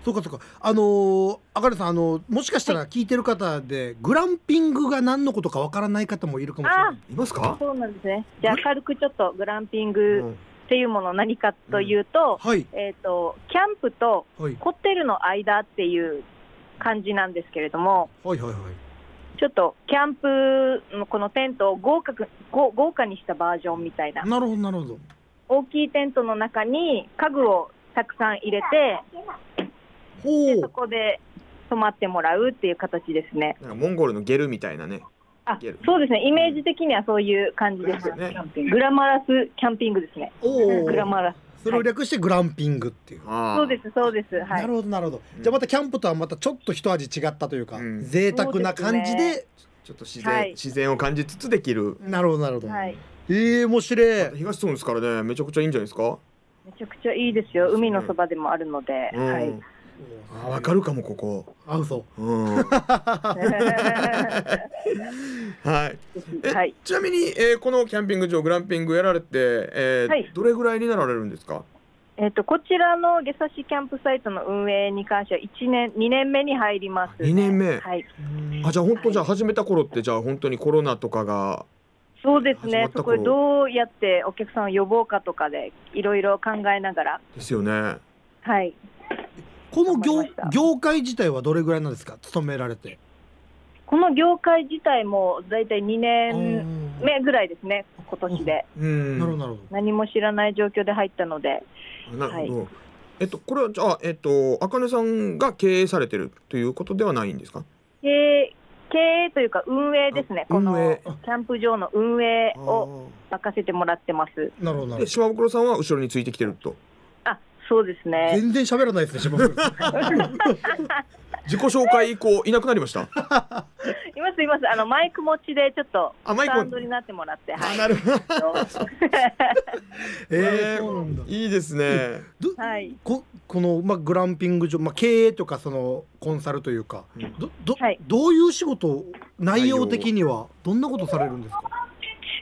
S1: そうかそうかあのー、あかねさんあのーもしかしたら聞いてる方でグランピングが何のことかわからない方もいるかもしれない
S2: いますか
S3: そうなんですね。じゃあ軽くちょっとグランピングっていうもの何かというと、
S1: はい
S3: えっ、とキャンプと
S1: はい
S3: ホテルの間っていう感じなんですけれども、
S1: はいはいはい
S3: ちょっとキャンプのこのテントを豪華く豪豪華にしたバージョンみたいな
S1: なるほどなるほど
S3: 大きいテントの中に家具をたくさん入れて
S1: ほ
S3: そこで泊まってもらうっていう形ですね。
S2: なんかモンゴルのゲルみたいなね
S3: あ
S2: ゲル
S3: そうですねイメージ的にはそういう感じです。
S2: ね
S3: グラマラスキャンピングですね。
S1: おお
S3: グラマラス。
S1: それを略してグランピングっていう、
S2: あー
S3: そうですそうです。はい
S1: なる。ほどなるほど、
S2: うん
S1: じゃあまたキャンプとはまたちょっと一味違ったというか、
S2: うん
S1: 贅沢な感じ
S3: そう
S1: で
S3: で
S2: ちょっと自然、
S3: はい
S2: 自然を感じつつできる
S1: なるほどなるほど、
S3: はい、
S1: ええ面白い
S2: 東村ですからねめちゃくちゃいいんじゃないですか、
S3: めちゃくちゃいいですよ、海のそばでもあるので、
S2: うん <laughs>
S3: はい、
S2: あわかるかもここ
S1: あ嘘
S2: うん
S3: <laughs>
S2: はいえ
S3: はい、
S2: ちなみに、えーこのキャンピング場グランピングやられて、えー
S3: はい
S2: どれぐらいになられるんですか
S3: えっとこちらの下差しキャンプサイトの運営に関しては1年2年目に入ります、
S2: 二年目
S3: はい、
S2: あじゃあ本当
S3: はい
S2: じゃあ始めた頃ってじゃあ本当にコロナとかが
S3: そうです
S2: 始まっ
S3: ね
S2: た
S3: そこで
S2: 頃
S3: どうやってお客さんを呼ぼうかとかでいろいろ考えながら
S2: ですよね
S3: はい
S1: この
S3: わ
S1: 業
S3: かりました
S1: 業界自体はどれぐらいなんですか勤められて
S3: この業界自体も大体2
S1: あ
S3: 年
S1: ー
S3: 目ぐらいですね今年で
S2: うん
S1: なるほどなるほ
S3: 何も知らない状況で入ったので
S2: なるほど、えっとこれはじゃあえっとあかねさんが経営されてるということではないんですか
S3: 経営経営というか運営ですね
S2: あ
S3: この
S2: 運営
S3: キャンプ場の運営を
S2: あ
S3: 任せてもらってます
S1: どなるほどな
S2: ー
S1: る
S2: で
S1: ほ
S2: 島袋さんは後ろについてきてると
S3: あそうです
S1: ど
S3: ね
S1: 全然喋らないですね
S3: <laughs>
S1: 島君
S2: 自己紹介以降いなくなりました
S3: いますいますあのマイク持ちでちょっと
S2: あマイ
S3: ス
S2: ク
S3: タ
S2: を
S3: ンドになってもらっては
S2: あ
S3: い
S2: なるほど
S1: えー、そうなんだ
S2: いいですね
S1: ど
S3: はい
S1: ここの、まあ、グランピング場、まあ、経営とかそのコンサルというかどど,、
S3: はい
S1: どういう仕事内容的にはどんなことされるんですか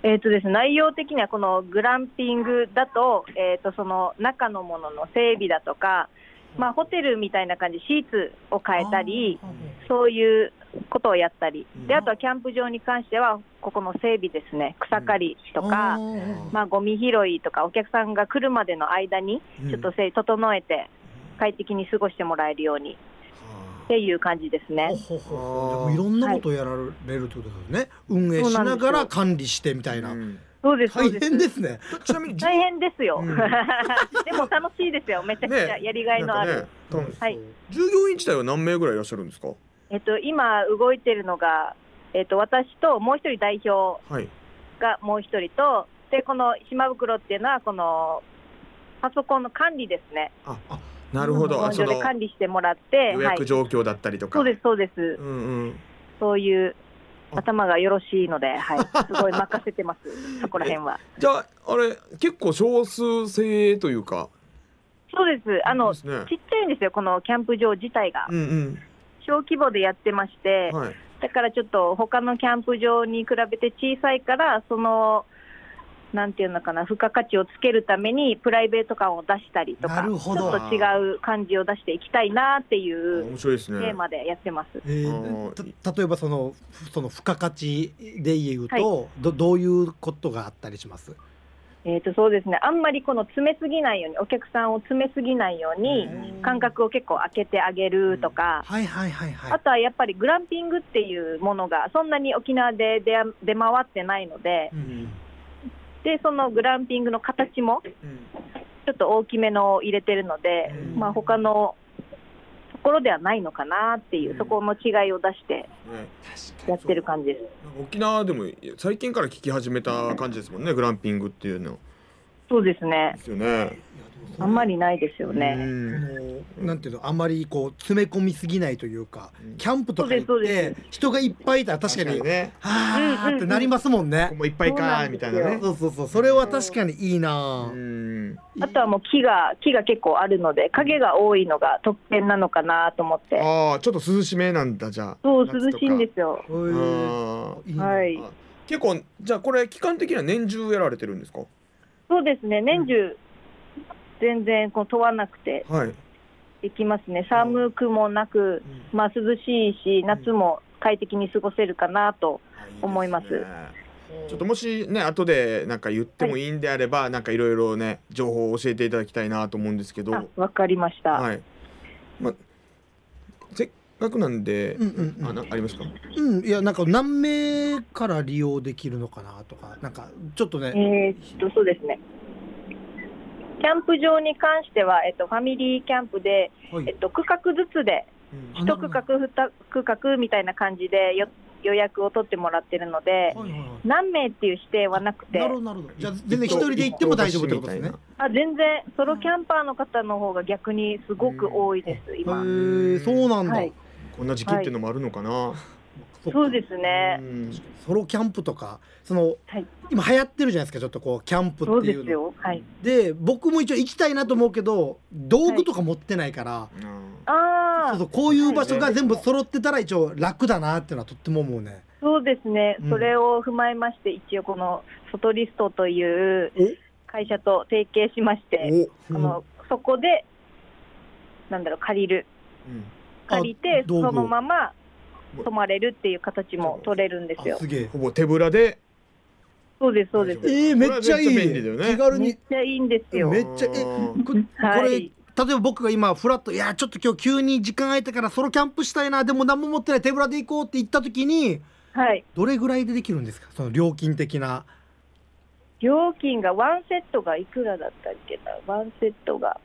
S3: えっとですね内容的にはこのグランピングだと,、えっとその中のものの整備だとか、まあ、ホテルみたいな感じシーツを変えたりそういうことをやったりであとはキャンプ場に関してはここの整備ですね草刈りとか、まあ、ゴミ拾いとかお客さんが来るまでの間に
S2: うん
S3: ちょっとせい整えて快適に過ごしてもらえるようにっていう感じですね
S1: ほ。ほほほでもいろんなことをやられるってことですよね、運営
S3: そう
S1: し
S3: なんです
S1: な
S3: よ
S1: がら管理してみたいな
S2: うん
S3: そうですそう
S1: 大
S3: です
S1: 変ですね
S2: ちなみにじ
S3: 大変ですよ。
S2: うん
S3: <laughs> でも楽しいですよ。めちゃくちゃ
S2: ね
S3: やりがいの
S2: な
S3: ある。
S2: んかね多分
S3: はい
S2: 従業員自体は何名ぐらいいらっしゃるんですか
S3: えっと今動いてるのがえっと私ともう一人代表
S2: はい
S3: がもう一人とでこの島袋っていうのはこのパソコンの管理ですね。
S2: なるほど
S3: 本
S2: あそ
S3: 所
S2: の
S3: で管理してもらって、
S2: 予
S3: はい
S2: 約。状況だったりとか
S3: そうですそうです。
S2: うんうん
S3: そういう
S2: あ
S3: 頭がよろしいので、はい、すごい任せて
S2: <laughs>
S3: ます、そこら辺は。
S2: じゃああれ結構少数制というか
S3: そうです、あの、
S2: で
S3: ち
S2: すね
S3: っちゃいんですよ、このキャンプ場自体が。
S2: うん
S3: 小規模でやってまして
S2: うん、はい
S3: だからちょっと他のキャンプ場に比べて小さいから、その、なんていうのかな、付加価値をつけるために、プライベート感を出したりと
S1: な
S3: か、ち
S1: る
S3: ょ
S1: ほ
S3: っ
S1: ど
S3: と違う感じを出していきたいなっていう
S2: 面白いです
S3: テ
S2: ね
S3: ーマでやってます。
S1: えー
S2: あ
S1: た例えばそのその付加価値で言うと、どどういうことがあったりします
S3: えー、とそうですねあんまりこの詰めすぎないようにお客さんを詰めすぎないように
S2: うん
S3: 間隔を結構空けてあげるとか、
S1: はいはいはいはい
S3: あとはやっぱりグランピングっていうものがそんなに沖縄で出あ出回ってないので
S2: うん
S3: でそのグランピングの形もち
S2: うん
S3: ょっと大きめのを入れてるので、
S2: うん
S3: まあ、他のところではないのかなっていううんそこの違いを出して
S2: ね
S3: やってる感じです。
S2: なんか沖縄でも最近から聞き始めた感じですもんねグランピングっていうの
S3: そうですね
S2: ですよね
S3: あんまりないですよ
S2: う
S3: ね。
S1: こ
S2: ん
S1: のなんていうのあんまりこう詰め込みすぎないというか
S2: うん
S1: キャンプとか行
S3: そう
S1: っ
S3: です
S1: て人がいっぱいいたら確かに
S2: ね
S1: あーってなりますもん
S2: ここ
S1: ね
S2: もいっぱい
S3: そう
S2: か
S3: な
S2: ー
S3: ん
S2: み
S3: です
S2: た
S3: よ
S2: いなね
S1: そうそうそうそれは確かにいいな
S2: う
S1: ぁ
S2: ん
S3: あとはもう木が木が結構あるので影が多いのが特権なのかなと思って
S2: ああちょっと涼しめなんだじゃあ
S3: そう
S2: 夏とか
S3: 涼しいんですよ
S1: へー
S2: あ
S1: いいな
S3: は
S2: ー
S3: い
S2: あ結構じゃあこれ期間的には年中やられてるんですか
S3: そうですね年中全然こう問わなくて
S2: はい
S3: できますね寒くもなくまあ涼しいし夏も快適に過ごせるかなと思います
S2: あいいですねちょっともしね後でなんか言ってもいいんであれば、なんかいろいろね情報を教えていただきたいなと思うんですけど
S3: あわかりました、
S2: はいませっかくなんで、
S1: うんうんうん
S2: あなありますか
S1: うんいやなんか何名から利用できるのかなとかなんかちょっとね
S3: えーっとそうですねキャンプ場に関しては、えっと、ファミリーキャンプで、
S1: は
S3: えっ
S1: い
S3: と、区画ずつで
S1: あ
S3: 一区画二区画みたいな感じでよ予約を取ってもらってるので、
S1: はいはいはい
S3: 何名っていう指定はなくて
S1: なるほどなるほどじゃあ全然一人で行っても大丈夫ってことですね
S3: あ全然ソロキャンパーの方の方が逆にすごく多いです、
S1: へ
S3: 今、
S1: ーそうなんだ、
S3: はい
S2: こんな時期っていうのもあるのかな、
S1: そっか
S3: そうですね
S2: うん
S1: ソロキャンプとかその
S3: はい
S1: 今流行ってるじゃないですかちょっとこうキャンプ
S3: そう
S1: って
S3: で
S1: いう
S3: す
S1: の
S3: よはい
S1: で僕も一応行きたいなと思うけど道具とか持ってないから、
S2: うん
S1: そ
S3: あ
S1: う
S3: あ
S1: そうこういう場所が全部揃ってたら一応楽だなっていうのはとっても思うね。
S3: そうですね、
S1: うん
S3: それを踏まえまして一応このソトリストという
S2: え
S3: 会社と提携しまして
S2: お、
S3: このそこでなんだろう借りる
S2: うん
S3: 借りて
S1: 道具
S3: そ
S1: を
S3: のまま泊まれるっていう形も取れるんです
S1: あ
S3: よ
S1: すげえ。
S2: ほぼ手ぶらで
S3: そうですそうです
S1: えー、めっちゃいい。
S2: これはめっちゃ便利だよね
S1: 気軽
S3: め
S1: に
S3: っ。ちゃいいんですよ
S1: めっちゃえ
S2: うん
S1: ここれ、
S3: はい
S1: 例えば僕が今フラットいやちょっと今日急に時間空いたからソロキャンプしたいなでも何も持ってない手ぶらで行こうって言った時に
S3: はい
S1: どれぐらいでできるんですかその料金的な。
S3: 料金がワンセットがいくらだったっけなワンセットが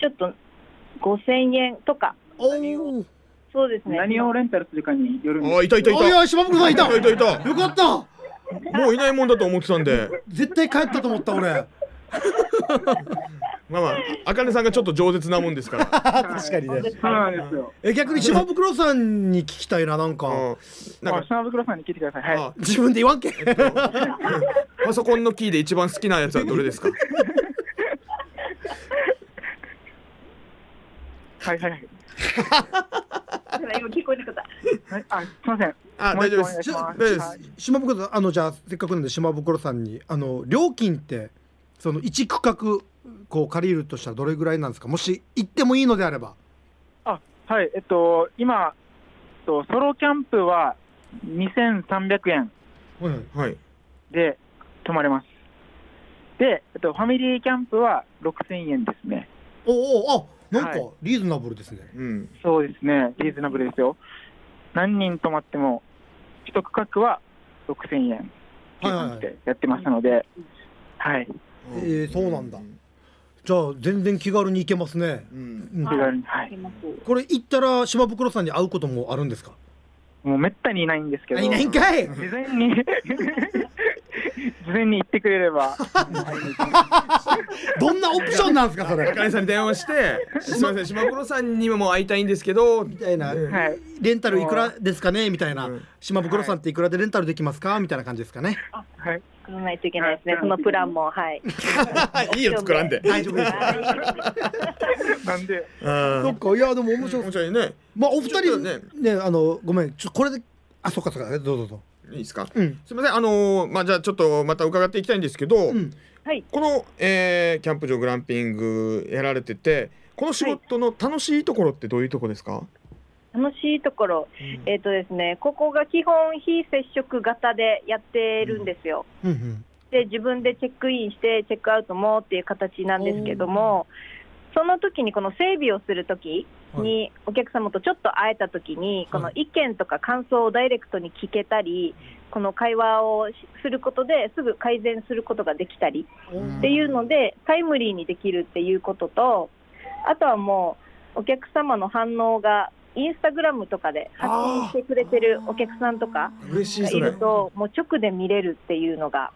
S3: ちょっと5000円とか
S1: おお。
S3: そうですね
S4: 何をレンタルするかによるんです
S2: あいたいたい
S1: お
S2: た
S1: いおい島本さんいた。
S2: いたいたい
S1: よかった。
S2: たもういないもんだと思ってたんで
S1: 絶対帰ったと思った
S2: <laughs>
S1: 俺。
S2: まあまああかねさんがちょっと饒舌なもんで
S1: <laughs>
S2: すから、
S1: 確かにね。
S4: そうなんですよ。
S1: え逆に島袋さんに聞きたいななんか、
S2: うん、なん
S4: あ
S2: か
S4: 島袋さんに聞いてください。はい。
S2: あ
S1: 自分で言わんけ。
S2: パソコンのキーで一番好きなやつはどれですか
S4: はいはいはい。
S3: 今聞こえなかった
S4: はいあ、すみません。
S2: あ
S4: もう
S2: 大
S4: 一
S2: 丈夫で
S4: 個お願い
S2: す
S4: しま
S2: 大
S4: す
S2: 丈夫で
S4: はい
S2: す
S1: 島袋さんあのじゃあせっかくなんで島袋さんにあの料金ってその一区画こう借りるとしたらどれぐらいなんですかもし行ってもいいのであれば
S4: あ、はい。えっと、今、えっとソロキャンプは2300円
S1: はい
S2: はい
S4: で泊まれます。で、えっと、ファミリーキャンプは6000円ですね。
S1: おおあなんか
S4: はい
S1: リーズナブルですね、
S2: うん
S4: そうですね。リーズナブルですよ。何人泊まっても、一区画は6000円。計
S1: はいはいは
S4: 算
S1: い
S4: してやってましたので、はい。
S1: えーそうなんだじゃあ全然気軽に行けますね、
S2: うん
S1: うん
S4: 手軽に、はい。
S1: これ行ったら島袋さんに会うこともあるんですか
S4: もうめったにいないんですけど、
S1: いないんかい
S4: 事前に事事前に言ってくれれば
S1: どんなオプションなんですかそれ
S2: 金さんに電話して「すいません島黒さんにももう会いたいんですけど」
S1: みたいな、
S4: はい
S1: レンタルいくらですかねみたいな、
S2: うん
S1: 島袋さんっていくらでレンタルできますかみたいな感じですかね。
S4: はい
S3: 作らないといけないですね。そのプランも、はい。
S2: いいよ作らんで
S1: 大丈夫です。
S4: なんで
S1: そっかいやでも面白い。
S2: 面白いね
S1: まあお二
S2: ちょ
S1: 人
S2: っとね
S1: ねあのごめんちょこれであそっかそっかどうぞどうぞ。
S2: いいですか、
S1: うん
S2: すみませんあのーまあじゃあちょっとまた伺っていきたいんですけど、
S1: うん
S3: はい。
S2: この、えーキャンプ場グランピングやられててこの仕事の楽しいところってどういうとこですか、
S3: 楽しいところ、えっ、とですね、ここが基本非接触型でやってるんですよ。
S1: うんうん。
S3: で自分でチェックインしてチェックアウトもっていう形なんですけどもその時にこの整備をする時にお客様とちょっと会えた時にこの意見とか感想をダイレクトに聞けたりこの会話をしすることですぐ改善することができたりっていうのでタイムリーにできるっていうこととあとはもうお客様の反応がインスタグラムとかで発信してくれてるお客さんとか
S2: 嬉しい
S3: が
S2: そ
S3: い
S2: れ
S3: るともう直で見れるっていうのが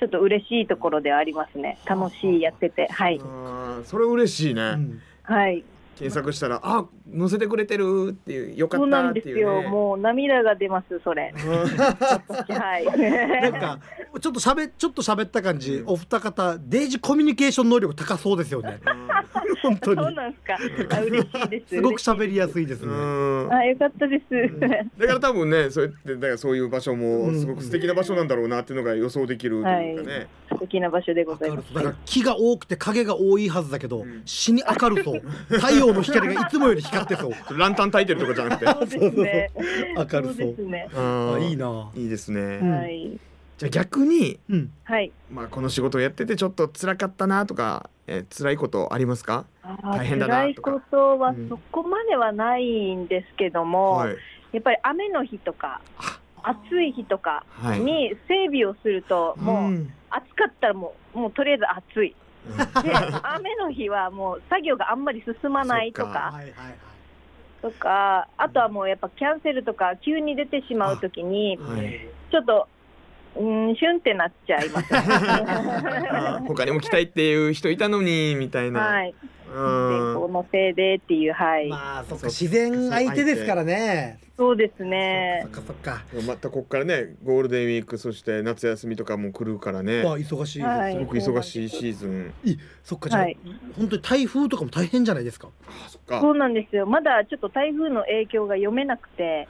S3: ちょっと嬉しいところではありますね楽しいやっててはい
S2: あーそれ嬉しいね、
S1: うん
S3: はい
S2: 検索したら「あ載せてくれてる」っていう「よか
S3: そう
S2: っ
S3: な
S2: た」
S3: ん
S2: っ
S3: です
S2: ていう
S3: よ
S2: ね
S3: もう涙が出ますそれは
S1: な
S3: い
S1: んかちょっとしゃべちょっと喋った感じ、お二方デイジコミュニケーション能力高そうですよね。本当
S3: そう
S1: に
S3: なんですかあ嬉しいです
S1: すごく喋りやすいです
S2: う
S1: ね。
S2: ん
S3: あよかったです、
S2: だから多分ねそうやってだからそういう場所もすごく素敵な場所なんだろうなっていうのが予想できるというかね、
S3: <laughs> 素敵な場所でござい
S1: 明
S3: ま
S1: る
S3: す
S1: そうだから木が多くて影が多いはずだけど、
S2: ん
S1: 死に明るそう太陽の光がいつもより光ってそう
S2: ランタン焚いてるとかじゃなくて
S3: そうですね
S1: 明るそう
S3: ですね
S1: あ
S2: あ
S1: いいな、
S2: いいですね、
S1: うん
S3: はい
S2: じゃあ逆に、
S1: うん、
S3: はい
S2: まあ、この仕事をやっててちょっと辛かったなとか、えー、辛いことありますか、
S3: あー
S2: 大変だな
S3: 辛い
S2: とか
S3: ことは
S2: うん
S3: そこまではないんですけども、
S2: はい
S3: やっぱり雨の日とか暑い日とか
S2: はい
S3: に整備をすると、も
S2: う
S3: うん暑かったらもうもうとりあえず暑
S2: <laughs>
S3: いで雨の日はもう作業があんまり進まないと
S2: あ
S1: は
S3: か
S1: いはいはい
S3: とかあとはもうやっぱキャンセルとか急に出てしまう時に
S2: はい、
S3: ちょっとうーんシュンってなっちゃいます
S2: <laughs> あー他にも来たいっていう人いたのにみたいな、
S3: <laughs> はい
S2: うん
S3: 天候のせいでっていうはい、
S1: まあそっか
S2: そう
S1: 自然相手ですからね
S3: そうですね
S1: そっかそっか
S2: またここからねゴールデンウィークそして夏休みとかも来るからね
S1: まあ忙しいです、
S3: はい
S2: すごく忙しいシーズン
S1: そっかじゃあ、
S3: はい
S1: 本当に台風とかも大変じゃないですか
S2: あそっか
S3: そうなんですよまだちょっと台風の影響が読めなくて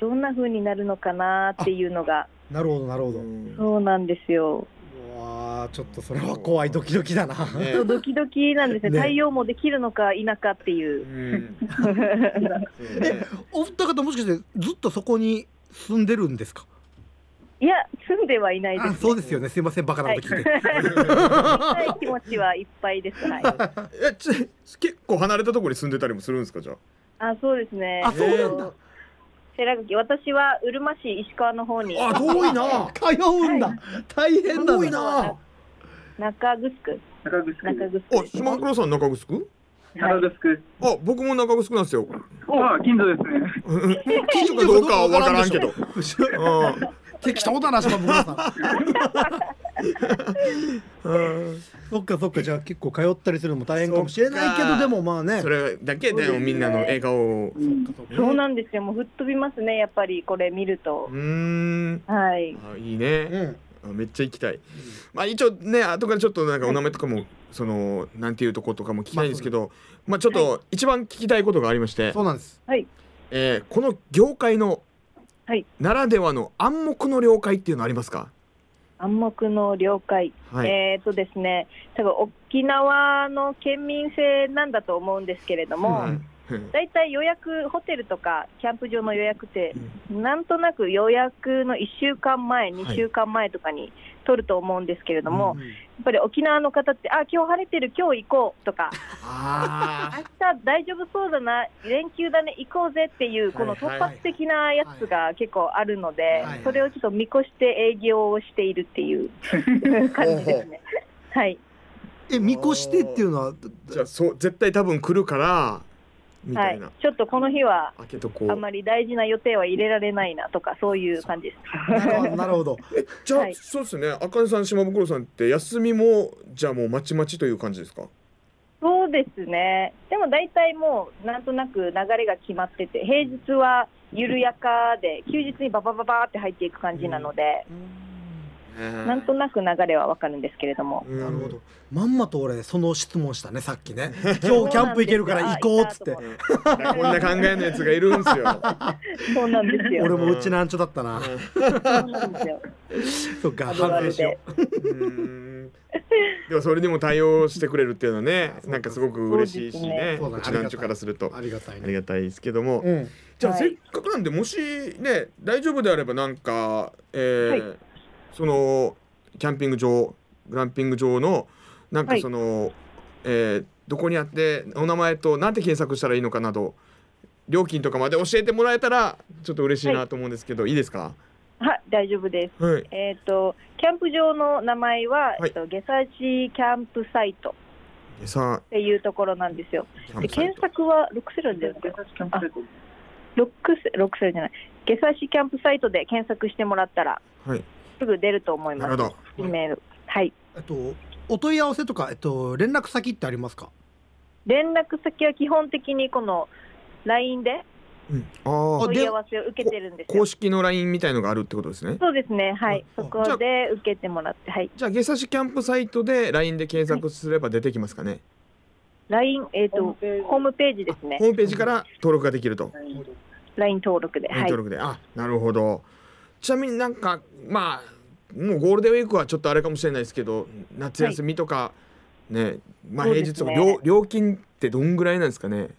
S3: どんな風になるのかなっていうのが
S1: なるほどなるほど、
S2: うん
S3: そうなんですよ
S1: うわあちょっとそれは怖いドキドキだな、
S2: ね
S3: そうドキドキなんですね
S1: ね
S3: 対応もできるのか否かっていう
S2: うんそうね
S1: <laughs> お二方もしかしてずっとそこに住んでるんですか
S3: いや住んではいない
S1: あ
S3: です
S1: そうですよねすいませんバカなこと聞いて、
S3: はい気持ちはいっぱいです
S1: <laughs>
S3: はい
S2: えち結構離れたところに住んでたりもするんですかじゃあ
S3: あそうですね
S1: あそうなんだ
S3: 寺垣私はうるま市石川の方に
S2: あ遠いな
S1: <laughs> 通うんだ、
S3: は
S1: 大変だ
S2: 多いな
S3: 中城区
S4: 中
S3: 中
S4: 城
S3: 城
S2: あ
S3: 区です
S2: 島黒さん中城
S4: 中城区
S2: あ僕も中城なんですよ
S4: あ近所ですね
S2: 近所かどうかは分からんけどう
S1: 適当だな島袋さん
S2: んう
S1: <laughs>
S2: ん
S1: そっかそっかじゃあ結構通ったりするのも大変かもしれないけ
S2: そっ
S1: ど
S2: か
S1: でもまあね
S2: それだけでもみんなの笑顔を
S3: そうなんですよもう吹っ飛びますねやっぱりこれ見ると
S2: う、ーん
S3: はい
S2: あいいね、
S1: うん
S2: あめっちゃ行きたい、まあ一応ね後からちょっとなんかお名前とかもそのなんていうとことかも聞きたいんですけど、まあ、ちょっと一番聞きたいことがありまして、
S1: そうなんです
S3: はい
S2: えーこの業界の
S3: はい
S2: ならではの暗黙の了解っていうのありますか、
S3: 暗黙の了解、
S2: はい
S3: えっ、とですね、多分沖縄の県民性なんだと思うんですけれども、
S2: はい
S3: だいたい予約、ホテルとかキャンプ場の予約って、なんとなく予約の1週間前、2週間前とかに取ると思うんですけれども、
S1: うん
S3: やっぱり沖縄の方って、あ今日晴れてる、今日行こうとか、
S2: あ <laughs>
S3: 明日大丈夫そうだな、連休だね、行こうぜっていう、この突発的なやつが結構あるので
S1: はい、
S3: それをちょっと見越して営業をしているっていう感じですね。はい
S1: え見越してっていうのは
S2: ーじゃあそう絶対多分来るからみ
S3: は
S2: たい
S3: い
S2: な、、
S3: ちょっとこの日は
S2: 開けとこう
S3: あんまり大事な予定は入れられないなとかそういう感じです。
S1: なるほどなるほど
S2: えじゃあ、
S3: はい
S2: そうですねあかねさん島袋さんって休みもじゃあもうまちまちという感じですか
S3: そうですね。でも大体もうなんとなく流れが決まってて、平日は緩やかで、休日にババババーって入っていく感じなので、なんとなく流れはわかるんですけれども。
S1: な
S2: な
S1: るほどまんまと俺その質問したねさっきね今日キャンプ行けるから行こうっつって
S3: そう
S2: こんな考えのやつがいるんですよ
S1: <laughs>
S3: そうなんです
S1: 俺
S3: よ。
S1: もうちなんちょだったな
S3: そうなんですよ。
S1: そっか
S3: あるあるで。
S2: うんでもそれにも対応してくれるっていうのはねなんかすごく嬉しいしね
S1: そうだね
S2: うちなんちゅからすると
S1: ありがたい
S2: あり
S1: ね
S2: がたいですけども、
S1: うん
S2: じゃあ
S3: はい
S2: せっかくなんでもしね大丈夫であればなんか、えー
S3: は
S2: そのキャンピング場グランピング場のなんか
S3: はい
S2: その、えーどこにあってお名前となんて検索したらいいのかなど料金とかまで教えてもらえたらちょっと嬉しいなと思うんですけど、い、いですか
S3: はい、大丈夫です。
S2: はい
S3: えっ、と、キャンプ場の名前は、
S2: はい
S3: えっと、下差しキャンプサイトっ
S2: さ
S3: ていうところなんですよ。
S2: キャン
S3: で
S2: プサイ
S3: 検
S2: ト
S3: 索はロックセルであロックセロックセルじゃない下差しキャンプサイトで検索してもらったら
S2: はい
S3: すぐ出ると思い
S2: な
S3: ま
S2: るほ
S3: す
S2: ど
S3: E メールはい
S1: えっとお問い合わせとかえっと連絡先ってありますか
S3: 連絡先は基本的にこの LINE で
S2: うんああ
S1: で
S3: 問い合わせを受けてるんですよ
S2: 公式の LINE みたいのがあるってことですね
S3: そうですねはい
S1: あ
S3: そこで受けてもらってはい
S2: じゃあ下差しキャンプサイトで LINE で検索すれば出てきますかね、
S3: LINE えっ、とホームページですね
S2: ホームページから登録ができると
S3: LINE 登録で
S2: メイン
S3: はい
S2: 登録で、あなるほどちなみになんかまあもうゴールデンウィークはちょっとあれかもしれないですけど夏休みとか、ねまあ
S3: そう
S2: 平
S3: です
S2: 日
S3: ね
S2: とか、料料金ってどんぐらいなんですかね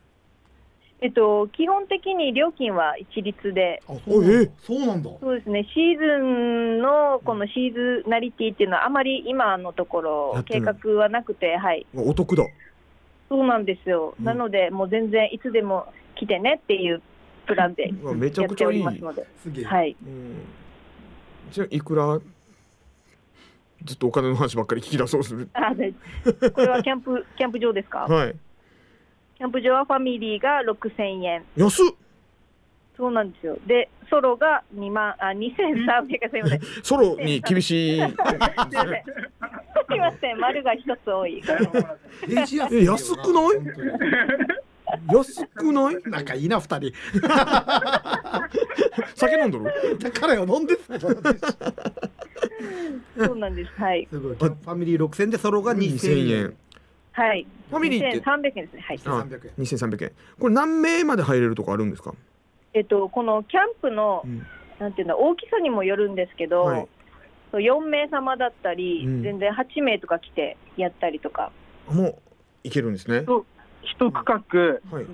S3: えっ、と基本的に料金は一律で
S1: あそうなんだ
S2: え
S1: そうなんだ
S3: そうですねシーズンのこのシーズナリティっていうのはあまり今のとこ
S2: やっ
S3: ろ
S2: て
S3: 計
S2: ない
S3: 画はなくてはい
S2: まあお得だ
S3: そうなんですよ、
S2: うん
S3: なので、もう全然いつでも来てねっていうプランで
S2: うわめち
S3: や
S2: ゃ
S3: っ
S2: く
S3: て
S2: ち
S3: お
S2: ゃい
S3: り
S2: い、
S3: ますので、
S1: すげえ
S3: はい、
S2: うん、じゃあいくらずっとお金の話ばっかり聞き出そうする
S3: あでこれはキャンプ <laughs> キャンプ場ですか、
S2: はい
S3: キャンプ場はファミリーが6000円、
S2: 安っ
S3: そうなんですよ、で、ソロが2万あ2300円、すみません、す
S2: ソロに厳
S3: <laughs>
S2: しい
S3: みません、すみません、丸が一つ
S2: <laughs>
S3: 多い、
S1: 電子安
S2: え安くない
S1: 本当に
S2: 安くない
S1: 仲いいな二人
S2: 酒飲んどる
S1: だからよ飲んですけど
S3: そうなんです、はい、
S1: すごいファミリー6000でソロが2000
S2: 2000
S1: 円
S2: 円
S3: はい、
S2: ファミリーって
S3: 2300円ですね、はい、
S2: あ
S1: 2300円
S2: 2300円これ何名まで入れるとこあるんですか、
S3: えっと、このキャンプの、なんていうの、大きさにもよるんですけど、
S2: はい
S3: そう4名様だったり、
S2: うん
S3: 全然8名とか来てやったり
S2: <laughs>
S3: とか、
S2: あもういけるんですね
S4: そう一区画
S2: はい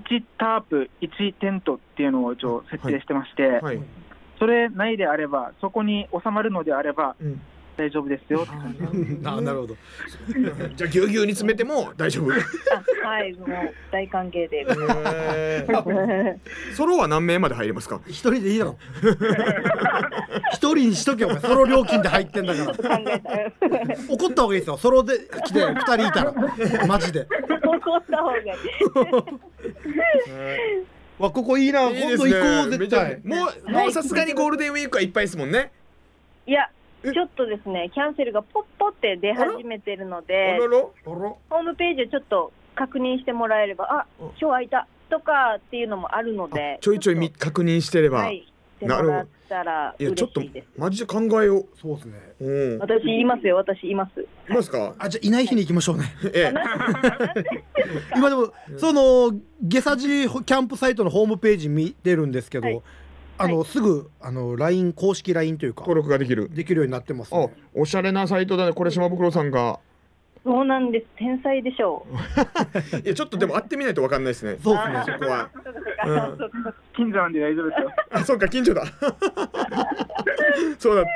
S4: 1タープ1テントっていうのを一応設定してまして、
S2: はい、
S4: それ内であればそこに収まるのであれば
S2: うん、
S4: 大丈夫ですよ
S1: あなるほど
S2: じゃあぎゅうぎゅうに詰めても大丈夫
S3: あはい、もう大歓
S2: <laughs>
S3: 迎で。
S2: へーソロは何名まで入れますか
S1: 一人でいいだろ一人にしとけお前ソロ料金で入ってんだから
S3: 考
S2: <laughs>
S3: えたら、
S1: 怒った方がいいですよソロで来て二人いたらマジで
S3: 怒った方がいい。
S1: わここいいな今度行こう絶対
S2: もうもうさすがにゴールデンウィークはいっぱいですもんね
S3: いや、
S2: え
S3: ちょっとですね、キャンセルがポッポって出始めてるの
S2: お
S3: で、
S2: ろろ
S1: あら
S3: ホームページをちょっと確認してもらえれば、あ、今日空いたとかっていうのもあるので、
S2: ちょいちょいみ
S3: っ
S2: 確認してれば、
S3: はい、してもらったら
S2: いや
S3: 嬉
S2: ちょっと
S3: しいです。
S2: マジで考えよ
S1: そうですね
S2: う、うん、
S3: 私いますよ、私います。
S2: いますか、
S1: あじゃあいない日に行きましょうね
S2: ええ
S1: 今でもその下サジキャンプサイトのホームページ見てるんですけど、
S3: はい
S1: あのすぐあの LINE 公式 LINE というか
S2: 登録ができる
S1: できるようになってます、
S2: あ
S1: ね、
S2: おしゃれなサイトだねこれ島袋さんが
S3: そうなんです、天才でしょう。
S2: いやちょっとでも会ってみないとわかんないですね
S1: そうですね
S3: あ
S2: そこは
S3: そうかそうかそうか
S4: 近所なんで大丈夫ですよ
S2: あそっか近所だそうだった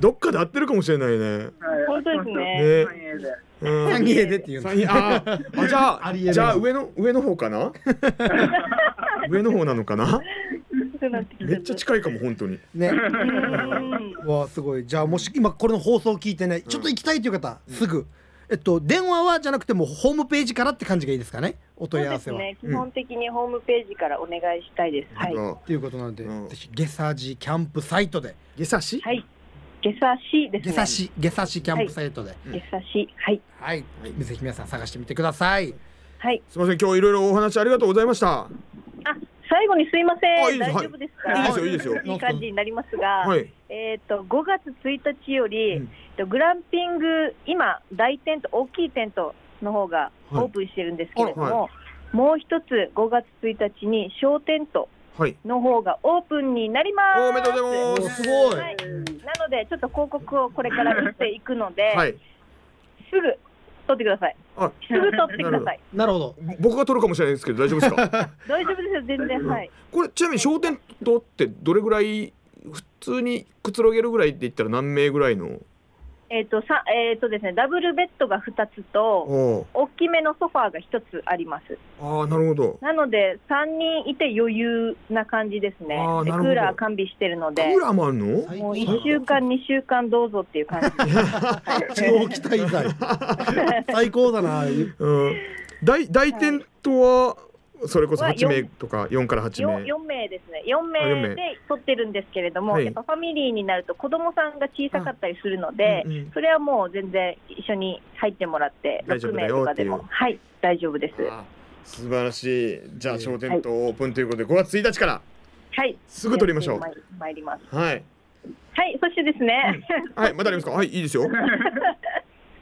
S2: どっかで会ってるかもしれないね
S4: はい
S3: <laughs> 本当ですね
S2: ね
S4: 三栄で
S2: うん
S1: 三家でっていうの
S2: 三人あーあじゃ
S1: あ
S2: あ
S1: りえない
S2: じゃあ上の上の方かな上の方なのかな
S3: そうなてきた
S2: めっちゃ近いかも本当に
S1: ね
S3: うん
S1: わあすごいじゃあもし今これの放送を聞いてねちょっと行きたいという方、すぐえっと電話はじゃなくてもうホームページからって感じがいいですかねお
S3: そ
S1: 問
S3: う
S1: い合
S3: で
S1: わ
S3: す
S1: せは。
S3: ね。基本的にホームページからお願いしたいです。はい。
S2: うん
S1: っていうことなんで、
S2: うん
S1: ぜひゲサジキャンプサイトで
S2: ゲサシ
S3: はい。下差しです
S1: ゲ
S3: ね。
S1: サシゲサシキャンプサイトで、
S3: 下差し。はい。
S1: はい、
S2: はい
S1: ぜひ皆さん探してみてください。
S3: はい。
S2: すみません今日いろいろお話ありがとうございました
S3: あ、最後にすいま
S2: あ
S3: せ
S2: いい
S3: ん。
S2: です
S3: 大
S2: はい
S3: 丈夫です
S1: いいです
S3: か。
S2: よいいですよ
S3: いい感じになりますが。
S2: はい
S3: えっ、と5月1日より、
S2: うん
S3: えっとグランピング今大テント大きいテントの方が
S2: はい
S3: オープンしてるんですけれども、
S2: あらは
S3: もう一つ5月1日に小テント
S2: はい
S3: の方がオープンになります。
S2: おめでとうございます
S1: おすごい
S3: はい、なのでちょっと広告をこれから打っていくので、
S2: はい
S3: すぐ撮ってください。
S2: あ
S3: すぐ撮ってください。
S1: なるほど。
S2: 僕が取るかもしれないですけど大丈夫ですか <laughs>
S3: 大丈夫ですよ全然はい。
S2: これちなみに商店とってどれぐらい普通にくつろげるぐらいって言ったら何名ぐらいの
S3: えっ、とさえっ、とですねダブルベッドが2つと
S2: お
S3: 大きめのソファーが1つあります。
S2: ああなるほど
S3: なので3人いて余裕な感じですね
S2: あー。
S3: で
S2: な
S3: ク
S2: るほど
S3: ーラー完備してるの
S2: ク
S3: で、
S2: ーラーもあるの
S1: 最
S3: もう
S1: 高
S3: 1週間2週間どうぞってい
S2: <laughs>
S3: う感じ。
S1: 長期滞
S3: <laughs>
S1: 在最高だな。
S2: うん大大店とはそれこそ
S3: は
S2: 8名
S3: よ
S2: とか4から8
S3: 4,
S2: 名
S3: 名ですね。
S2: あ
S3: 4
S2: 四
S3: 名
S2: 名
S3: で取ってるんですけれども、
S2: はい
S3: やっぱファミリーになると子供さんが小さかったりするので
S2: うんうん、
S3: それはもう全然一緒に入ってもらって
S2: 大丈
S3: 6
S2: 夫だ
S3: 名
S2: よ
S3: と
S2: っ
S3: か
S2: て
S3: で
S2: いう
S3: もはい大丈夫です。
S2: あ素晴らしいじゃあ
S1: はい
S2: 商店とオープンということで5月1日から
S3: はい。
S2: すぐ取りましょう
S3: やってまいります。
S2: はい
S3: はい。そしてですね、ス
S2: はいまだありますかはいいいです
S3: <laughs>
S2: よ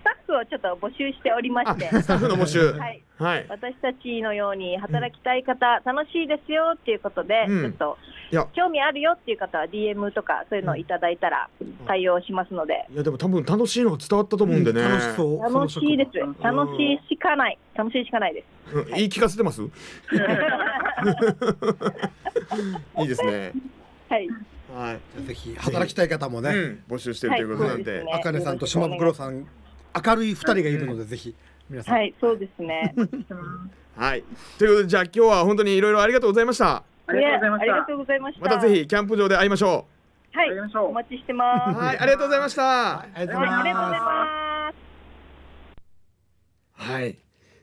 S3: タッフをちょっと募集しておりま
S2: あ
S3: して。
S2: スタッフの募集
S3: はい
S2: はい
S3: 私たちのように働きたい方、楽しいですよっていうことで、
S2: うん
S3: ちょっ
S2: いや
S3: と興味あるよっていう方は DM とかそういうのをいただいたら対応しますので、
S2: いやでも多分楽しいのが伝わったと思うんでね
S1: 楽しそう。
S3: 楽しいです
S1: その職場
S3: 楽しいしかない楽しいしかないです
S2: うん言い聞かせて
S3: <laughs>
S2: ますいいですね
S3: はい
S2: はい
S1: じゃあぜひ働きたい方も
S2: う
S1: ね、
S2: ん募集してるということなん
S3: はい
S2: で
S3: そうですね
S1: あかねさんと島袋さん明るい二人がいるのでぜひ皆さん、
S3: はいそうですね
S2: はいということでじゃあ今日は本当にいろいろありがとうございました
S4: ありがとうご
S3: ねあ
S4: ざいまし
S3: り
S4: た。
S3: がとうございました
S2: またぜひキャンプ場で会いましょ
S3: は
S4: やりまし
S3: い
S4: ょう
S3: お待ちしてま
S2: う
S3: す、
S2: はいありがとうございました
S1: ありがとう
S3: はい、
S1: ご
S3: あ
S1: ざ
S3: り
S1: い
S3: がとうござい
S1: ま
S3: ます
S2: はい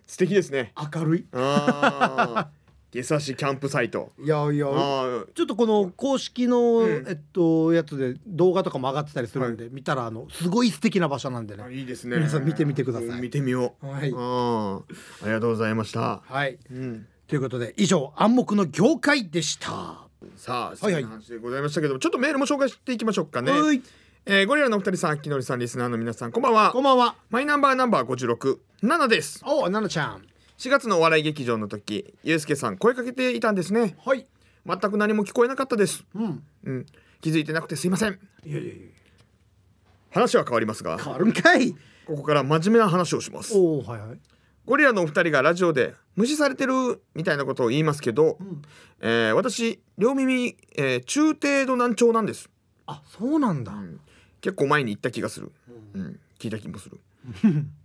S2: 素敵ですね
S1: す明るい <laughs>
S2: ああゲサシキャンプサイト
S1: いやいや
S2: あ
S1: ちょっとこの公式の、
S2: うん
S1: えっとやつで動画とかも上がってたりするんで、見たらあのすごい素敵な場所なんで
S2: あ
S1: ね
S2: いいですね
S1: 皆さん見てみてください
S2: 見てみよう
S1: はい
S2: ああありがとうございました
S1: はい
S2: うん
S1: ということで以上暗黙の業界でした、
S2: さあ、そ
S1: は
S2: う
S1: い
S2: い
S1: はいう
S2: 話でございましたけども、ちょっとメールも紹介していきましょうかね。
S1: はい
S2: えーゴリラのお二人さん、秋のりさん、リスナーの皆さん、こんばんは
S1: こ。んばんは
S2: マイナンバーナンバー五十六、七です。
S1: おななちゃん
S2: 4月のお笑い劇場の時、ゆうすけさん声かけていたんですね。
S1: はい
S2: 全く何も聞こえなかったです。
S1: うん
S2: うん、気づいてなくてすいません。
S1: いやいやいや
S2: 話は変わりますが、
S1: 変わるんかい
S2: ここから真面目な話をします。
S1: おおはいはい
S2: ゴリラのお二人がラジオで無視されてるみたいなことを言いますけど、
S1: ん
S2: えー私両耳、えー中程度難聴なんです。
S1: あそうなんだ、
S2: うん結構前に行った気がする、うん、聞いた気もする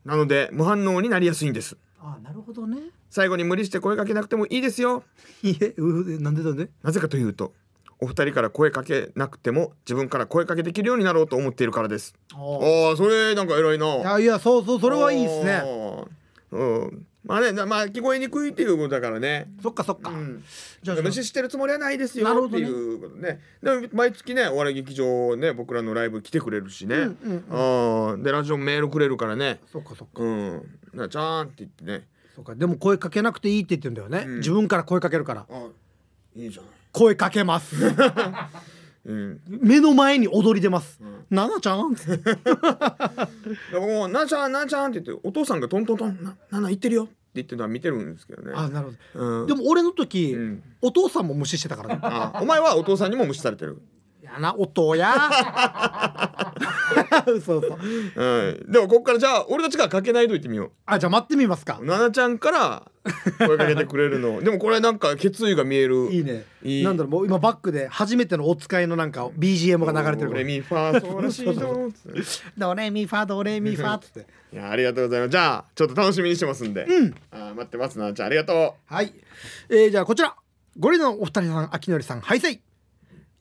S2: なので無反応になりやすいんです
S1: あなるほどね
S2: 最後に無理して声かけなくてもいいですよ
S1: いえうなんでなんで
S2: なぜかというとお二人から声かけなくても自分から声かけできるようになろうと思っているからですああ
S1: あ
S2: ーそれなんか偉い
S1: い
S2: な
S1: やいやそうそうそれはいいです
S2: あ
S1: ね
S2: ーうんまあねなまあ聞こえにくいっていうことだからね
S1: そっかそっか、
S2: うん
S1: じゃあ
S2: 無視してるつもりはないです
S1: なる
S2: よ
S1: ほ
S2: っ
S1: ど
S2: て
S1: ね
S2: いうことねでも毎月ねお笑い劇場ね僕らのライブ来てくれるしね、
S1: うんうんうん
S2: あーでラジオメールくれるからね
S1: そっかそっか
S2: うんなちゃーんって言ってね
S1: そっかでも声かけなくていいって言ってるんだよね、
S2: うん
S1: 自分から声かけるから
S2: あいいじゃない
S1: 声かけます <laughs>
S2: うん
S1: 目の前に踊り出ます、ななちゃん
S2: 僕もう「なちゃんなちゃん」って言ってお父さんがトントントン「ななな行ってるよ」って言ってるのは見てるんですけど
S1: <laughs>
S2: ね
S1: あなるほ
S2: う
S1: ど
S2: ん
S1: でも俺の時、
S2: ん
S1: お父さんも無視してたからね
S2: あお前はお父さんにも無視されてる、
S1: <laughs> やな音 <laughs> や嘘嘘
S2: うん、でもここからじゃあ俺たちがかけないといってみよ
S1: あじゃあ待ってみますか
S2: うななちゃんから声かけてくれる <laughs> のでもこれなんか決意が見える
S1: いいね
S2: いい
S1: なんだろうもう今バックで初めてのお使いのなんか BGM が流れてるか
S2: レ
S1: ら
S2: ミファーそうらしいよ
S1: ドレミファドレミファ <laughs> っつって
S2: いやありがとうございますじゃあちょっと楽しみにしてますんで、うん、あ待ってますななちゃんありがと
S1: はい、えー、じゃあこちらゴリラのお二人さん秋典さんハイセイ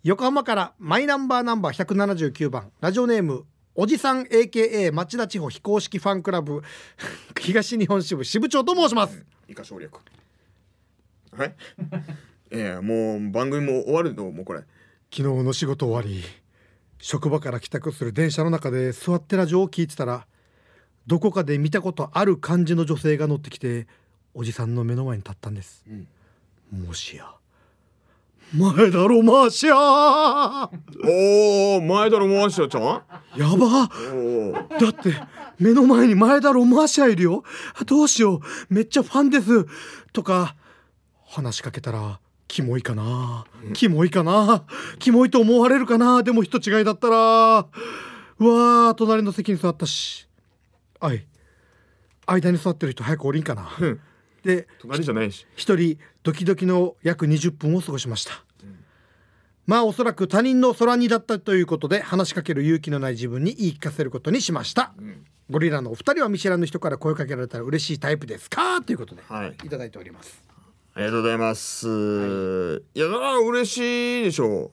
S1: 横浜からマイナンバーナンバー179番ラジオネームおじさん AKA 町田地方非公式ファンクラブ <laughs> 東日本支部支部長と申します
S2: 以下省略 <laughs> はいええもう番組も終わるのもうこれ
S1: 昨日の仕事終わり職場から帰宅する電車の中で座ってラジオを聞いてたらどこかで見たことある感じの女性が乗ってきておじさんの目の前に立ったんです、
S2: うん
S1: もしや前だろマーシャー
S2: おお前だろマーシャちゃん
S1: やば
S2: おお
S1: だって目の前に前だろマーシャいるよどうしようめっちゃファンですとか話しかけたらキモいかなキモいかなキモいと思われるかなでも人違いだったらうわー隣の席に座ったしあい間に座ってる人早く降りんかな
S2: うん
S1: で
S2: 隣じゃないし
S1: 一人ドキドキの約20分を過ごしました、まあおそらく他人の空にだったということで話しかける勇気のない自分に言い聞かせることにしました、ゴリラのお二人は見知らぬ人から声かけられたら嬉しいタイプですかということで、
S2: はい
S1: いただいております
S2: ありがとうございます、い、やだから嬉しいでしょ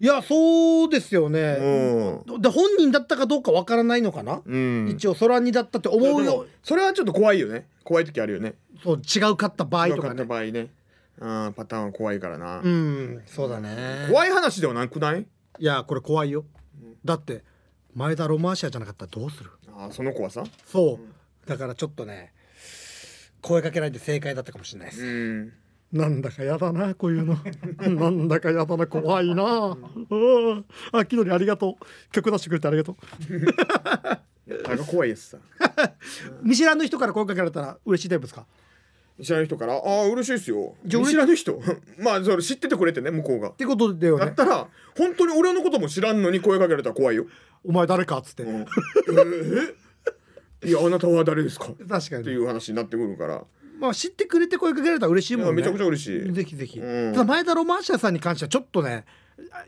S1: いやそうですよ
S2: う
S1: ね、
S2: ん
S1: で本人だったかどうかわからないのかな、
S2: うん
S1: 一応空にだったって思う
S2: いやで
S1: よ
S2: もそれはちょっと怖いよね怖い時あるよね
S1: そう違うかった場合と
S2: 分か
S1: か
S2: った
S1: ね
S2: 場合ねうんパターンは怖いからな、
S1: うんそうだね
S2: 怖い話ではなくない
S1: いやこれ怖いよだって前田ロマーシアじゃなかったらどうする
S2: あーその怖さ
S1: そう、だからちょっとね声かけられて正解だったかもしれないです、
S2: うん
S1: なんだかやだなこういうの <laughs> なんだかやだな怖いなうんあきのりありがとう曲出してくれてありがと
S2: なんか怖いやつさ
S1: う見知らぬ人から声かけられたら嬉しいタイプですかっ
S2: 知らない人から「ああ嬉しいですよ」
S1: じゃあ
S2: 見知らない人 <laughs> まあそれ知っててくれてね向こうが。
S1: てことだよ
S2: だっ
S1: ね
S2: たら本当に俺のことも知らんのに声かけられたら怖
S1: <laughs>
S2: いよ。
S1: お前誰かっつって、
S2: うんえーいやあなたは誰ですかっ
S1: 確か
S2: て
S1: に
S2: いう話になってくるから
S1: まあ知ってくれて声かけられたら嬉しい
S2: い
S1: もん
S2: や
S1: ね
S2: めちゃくちゃ嬉しい。
S1: ぜひぜひ、
S2: うん
S1: ただ前田ロマンシアさんに関してはちょっとね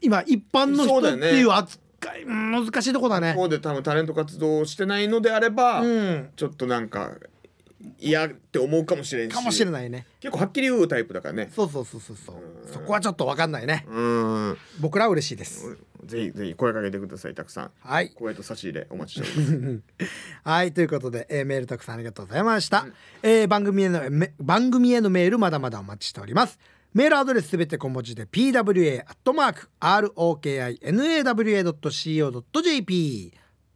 S1: 今一般の人
S2: そう
S1: っ
S2: だよ
S1: て
S2: ね
S1: いう扱い、うん難しいとこだね
S2: こうで多分タレント活動をしてないのであれば、
S1: うん
S2: ちょっとなんか嫌って思うかもしれんし
S1: かもしれないね
S2: 結構はっきり言うタイプだからね。
S1: そうそうそうそうそうそこはちょっとわかんないね
S2: うん
S1: 僕らは嬉しいです
S2: ぜひぜひ声かけてくださいたくさん。
S1: はい
S2: 声と差し入れお待ちしております。
S1: はいということで、えーメールたくさんありがとうございました、えー番組へのめ番組へのメールまだまだお待ちしておりますメールアドレスすべて小文字で pwa.rokinawa.co.jp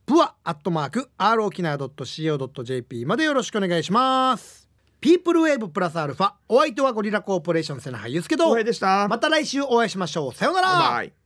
S1: プアアットマーク rokina.co.jp までよろしくお願いしますピープルウェーブプラスアルファお相手はゴリラコーポレーション瀬名俳優介
S2: お
S1: と
S2: はようでした。
S1: また来週お会いしましょうさようなら
S2: バイバイ。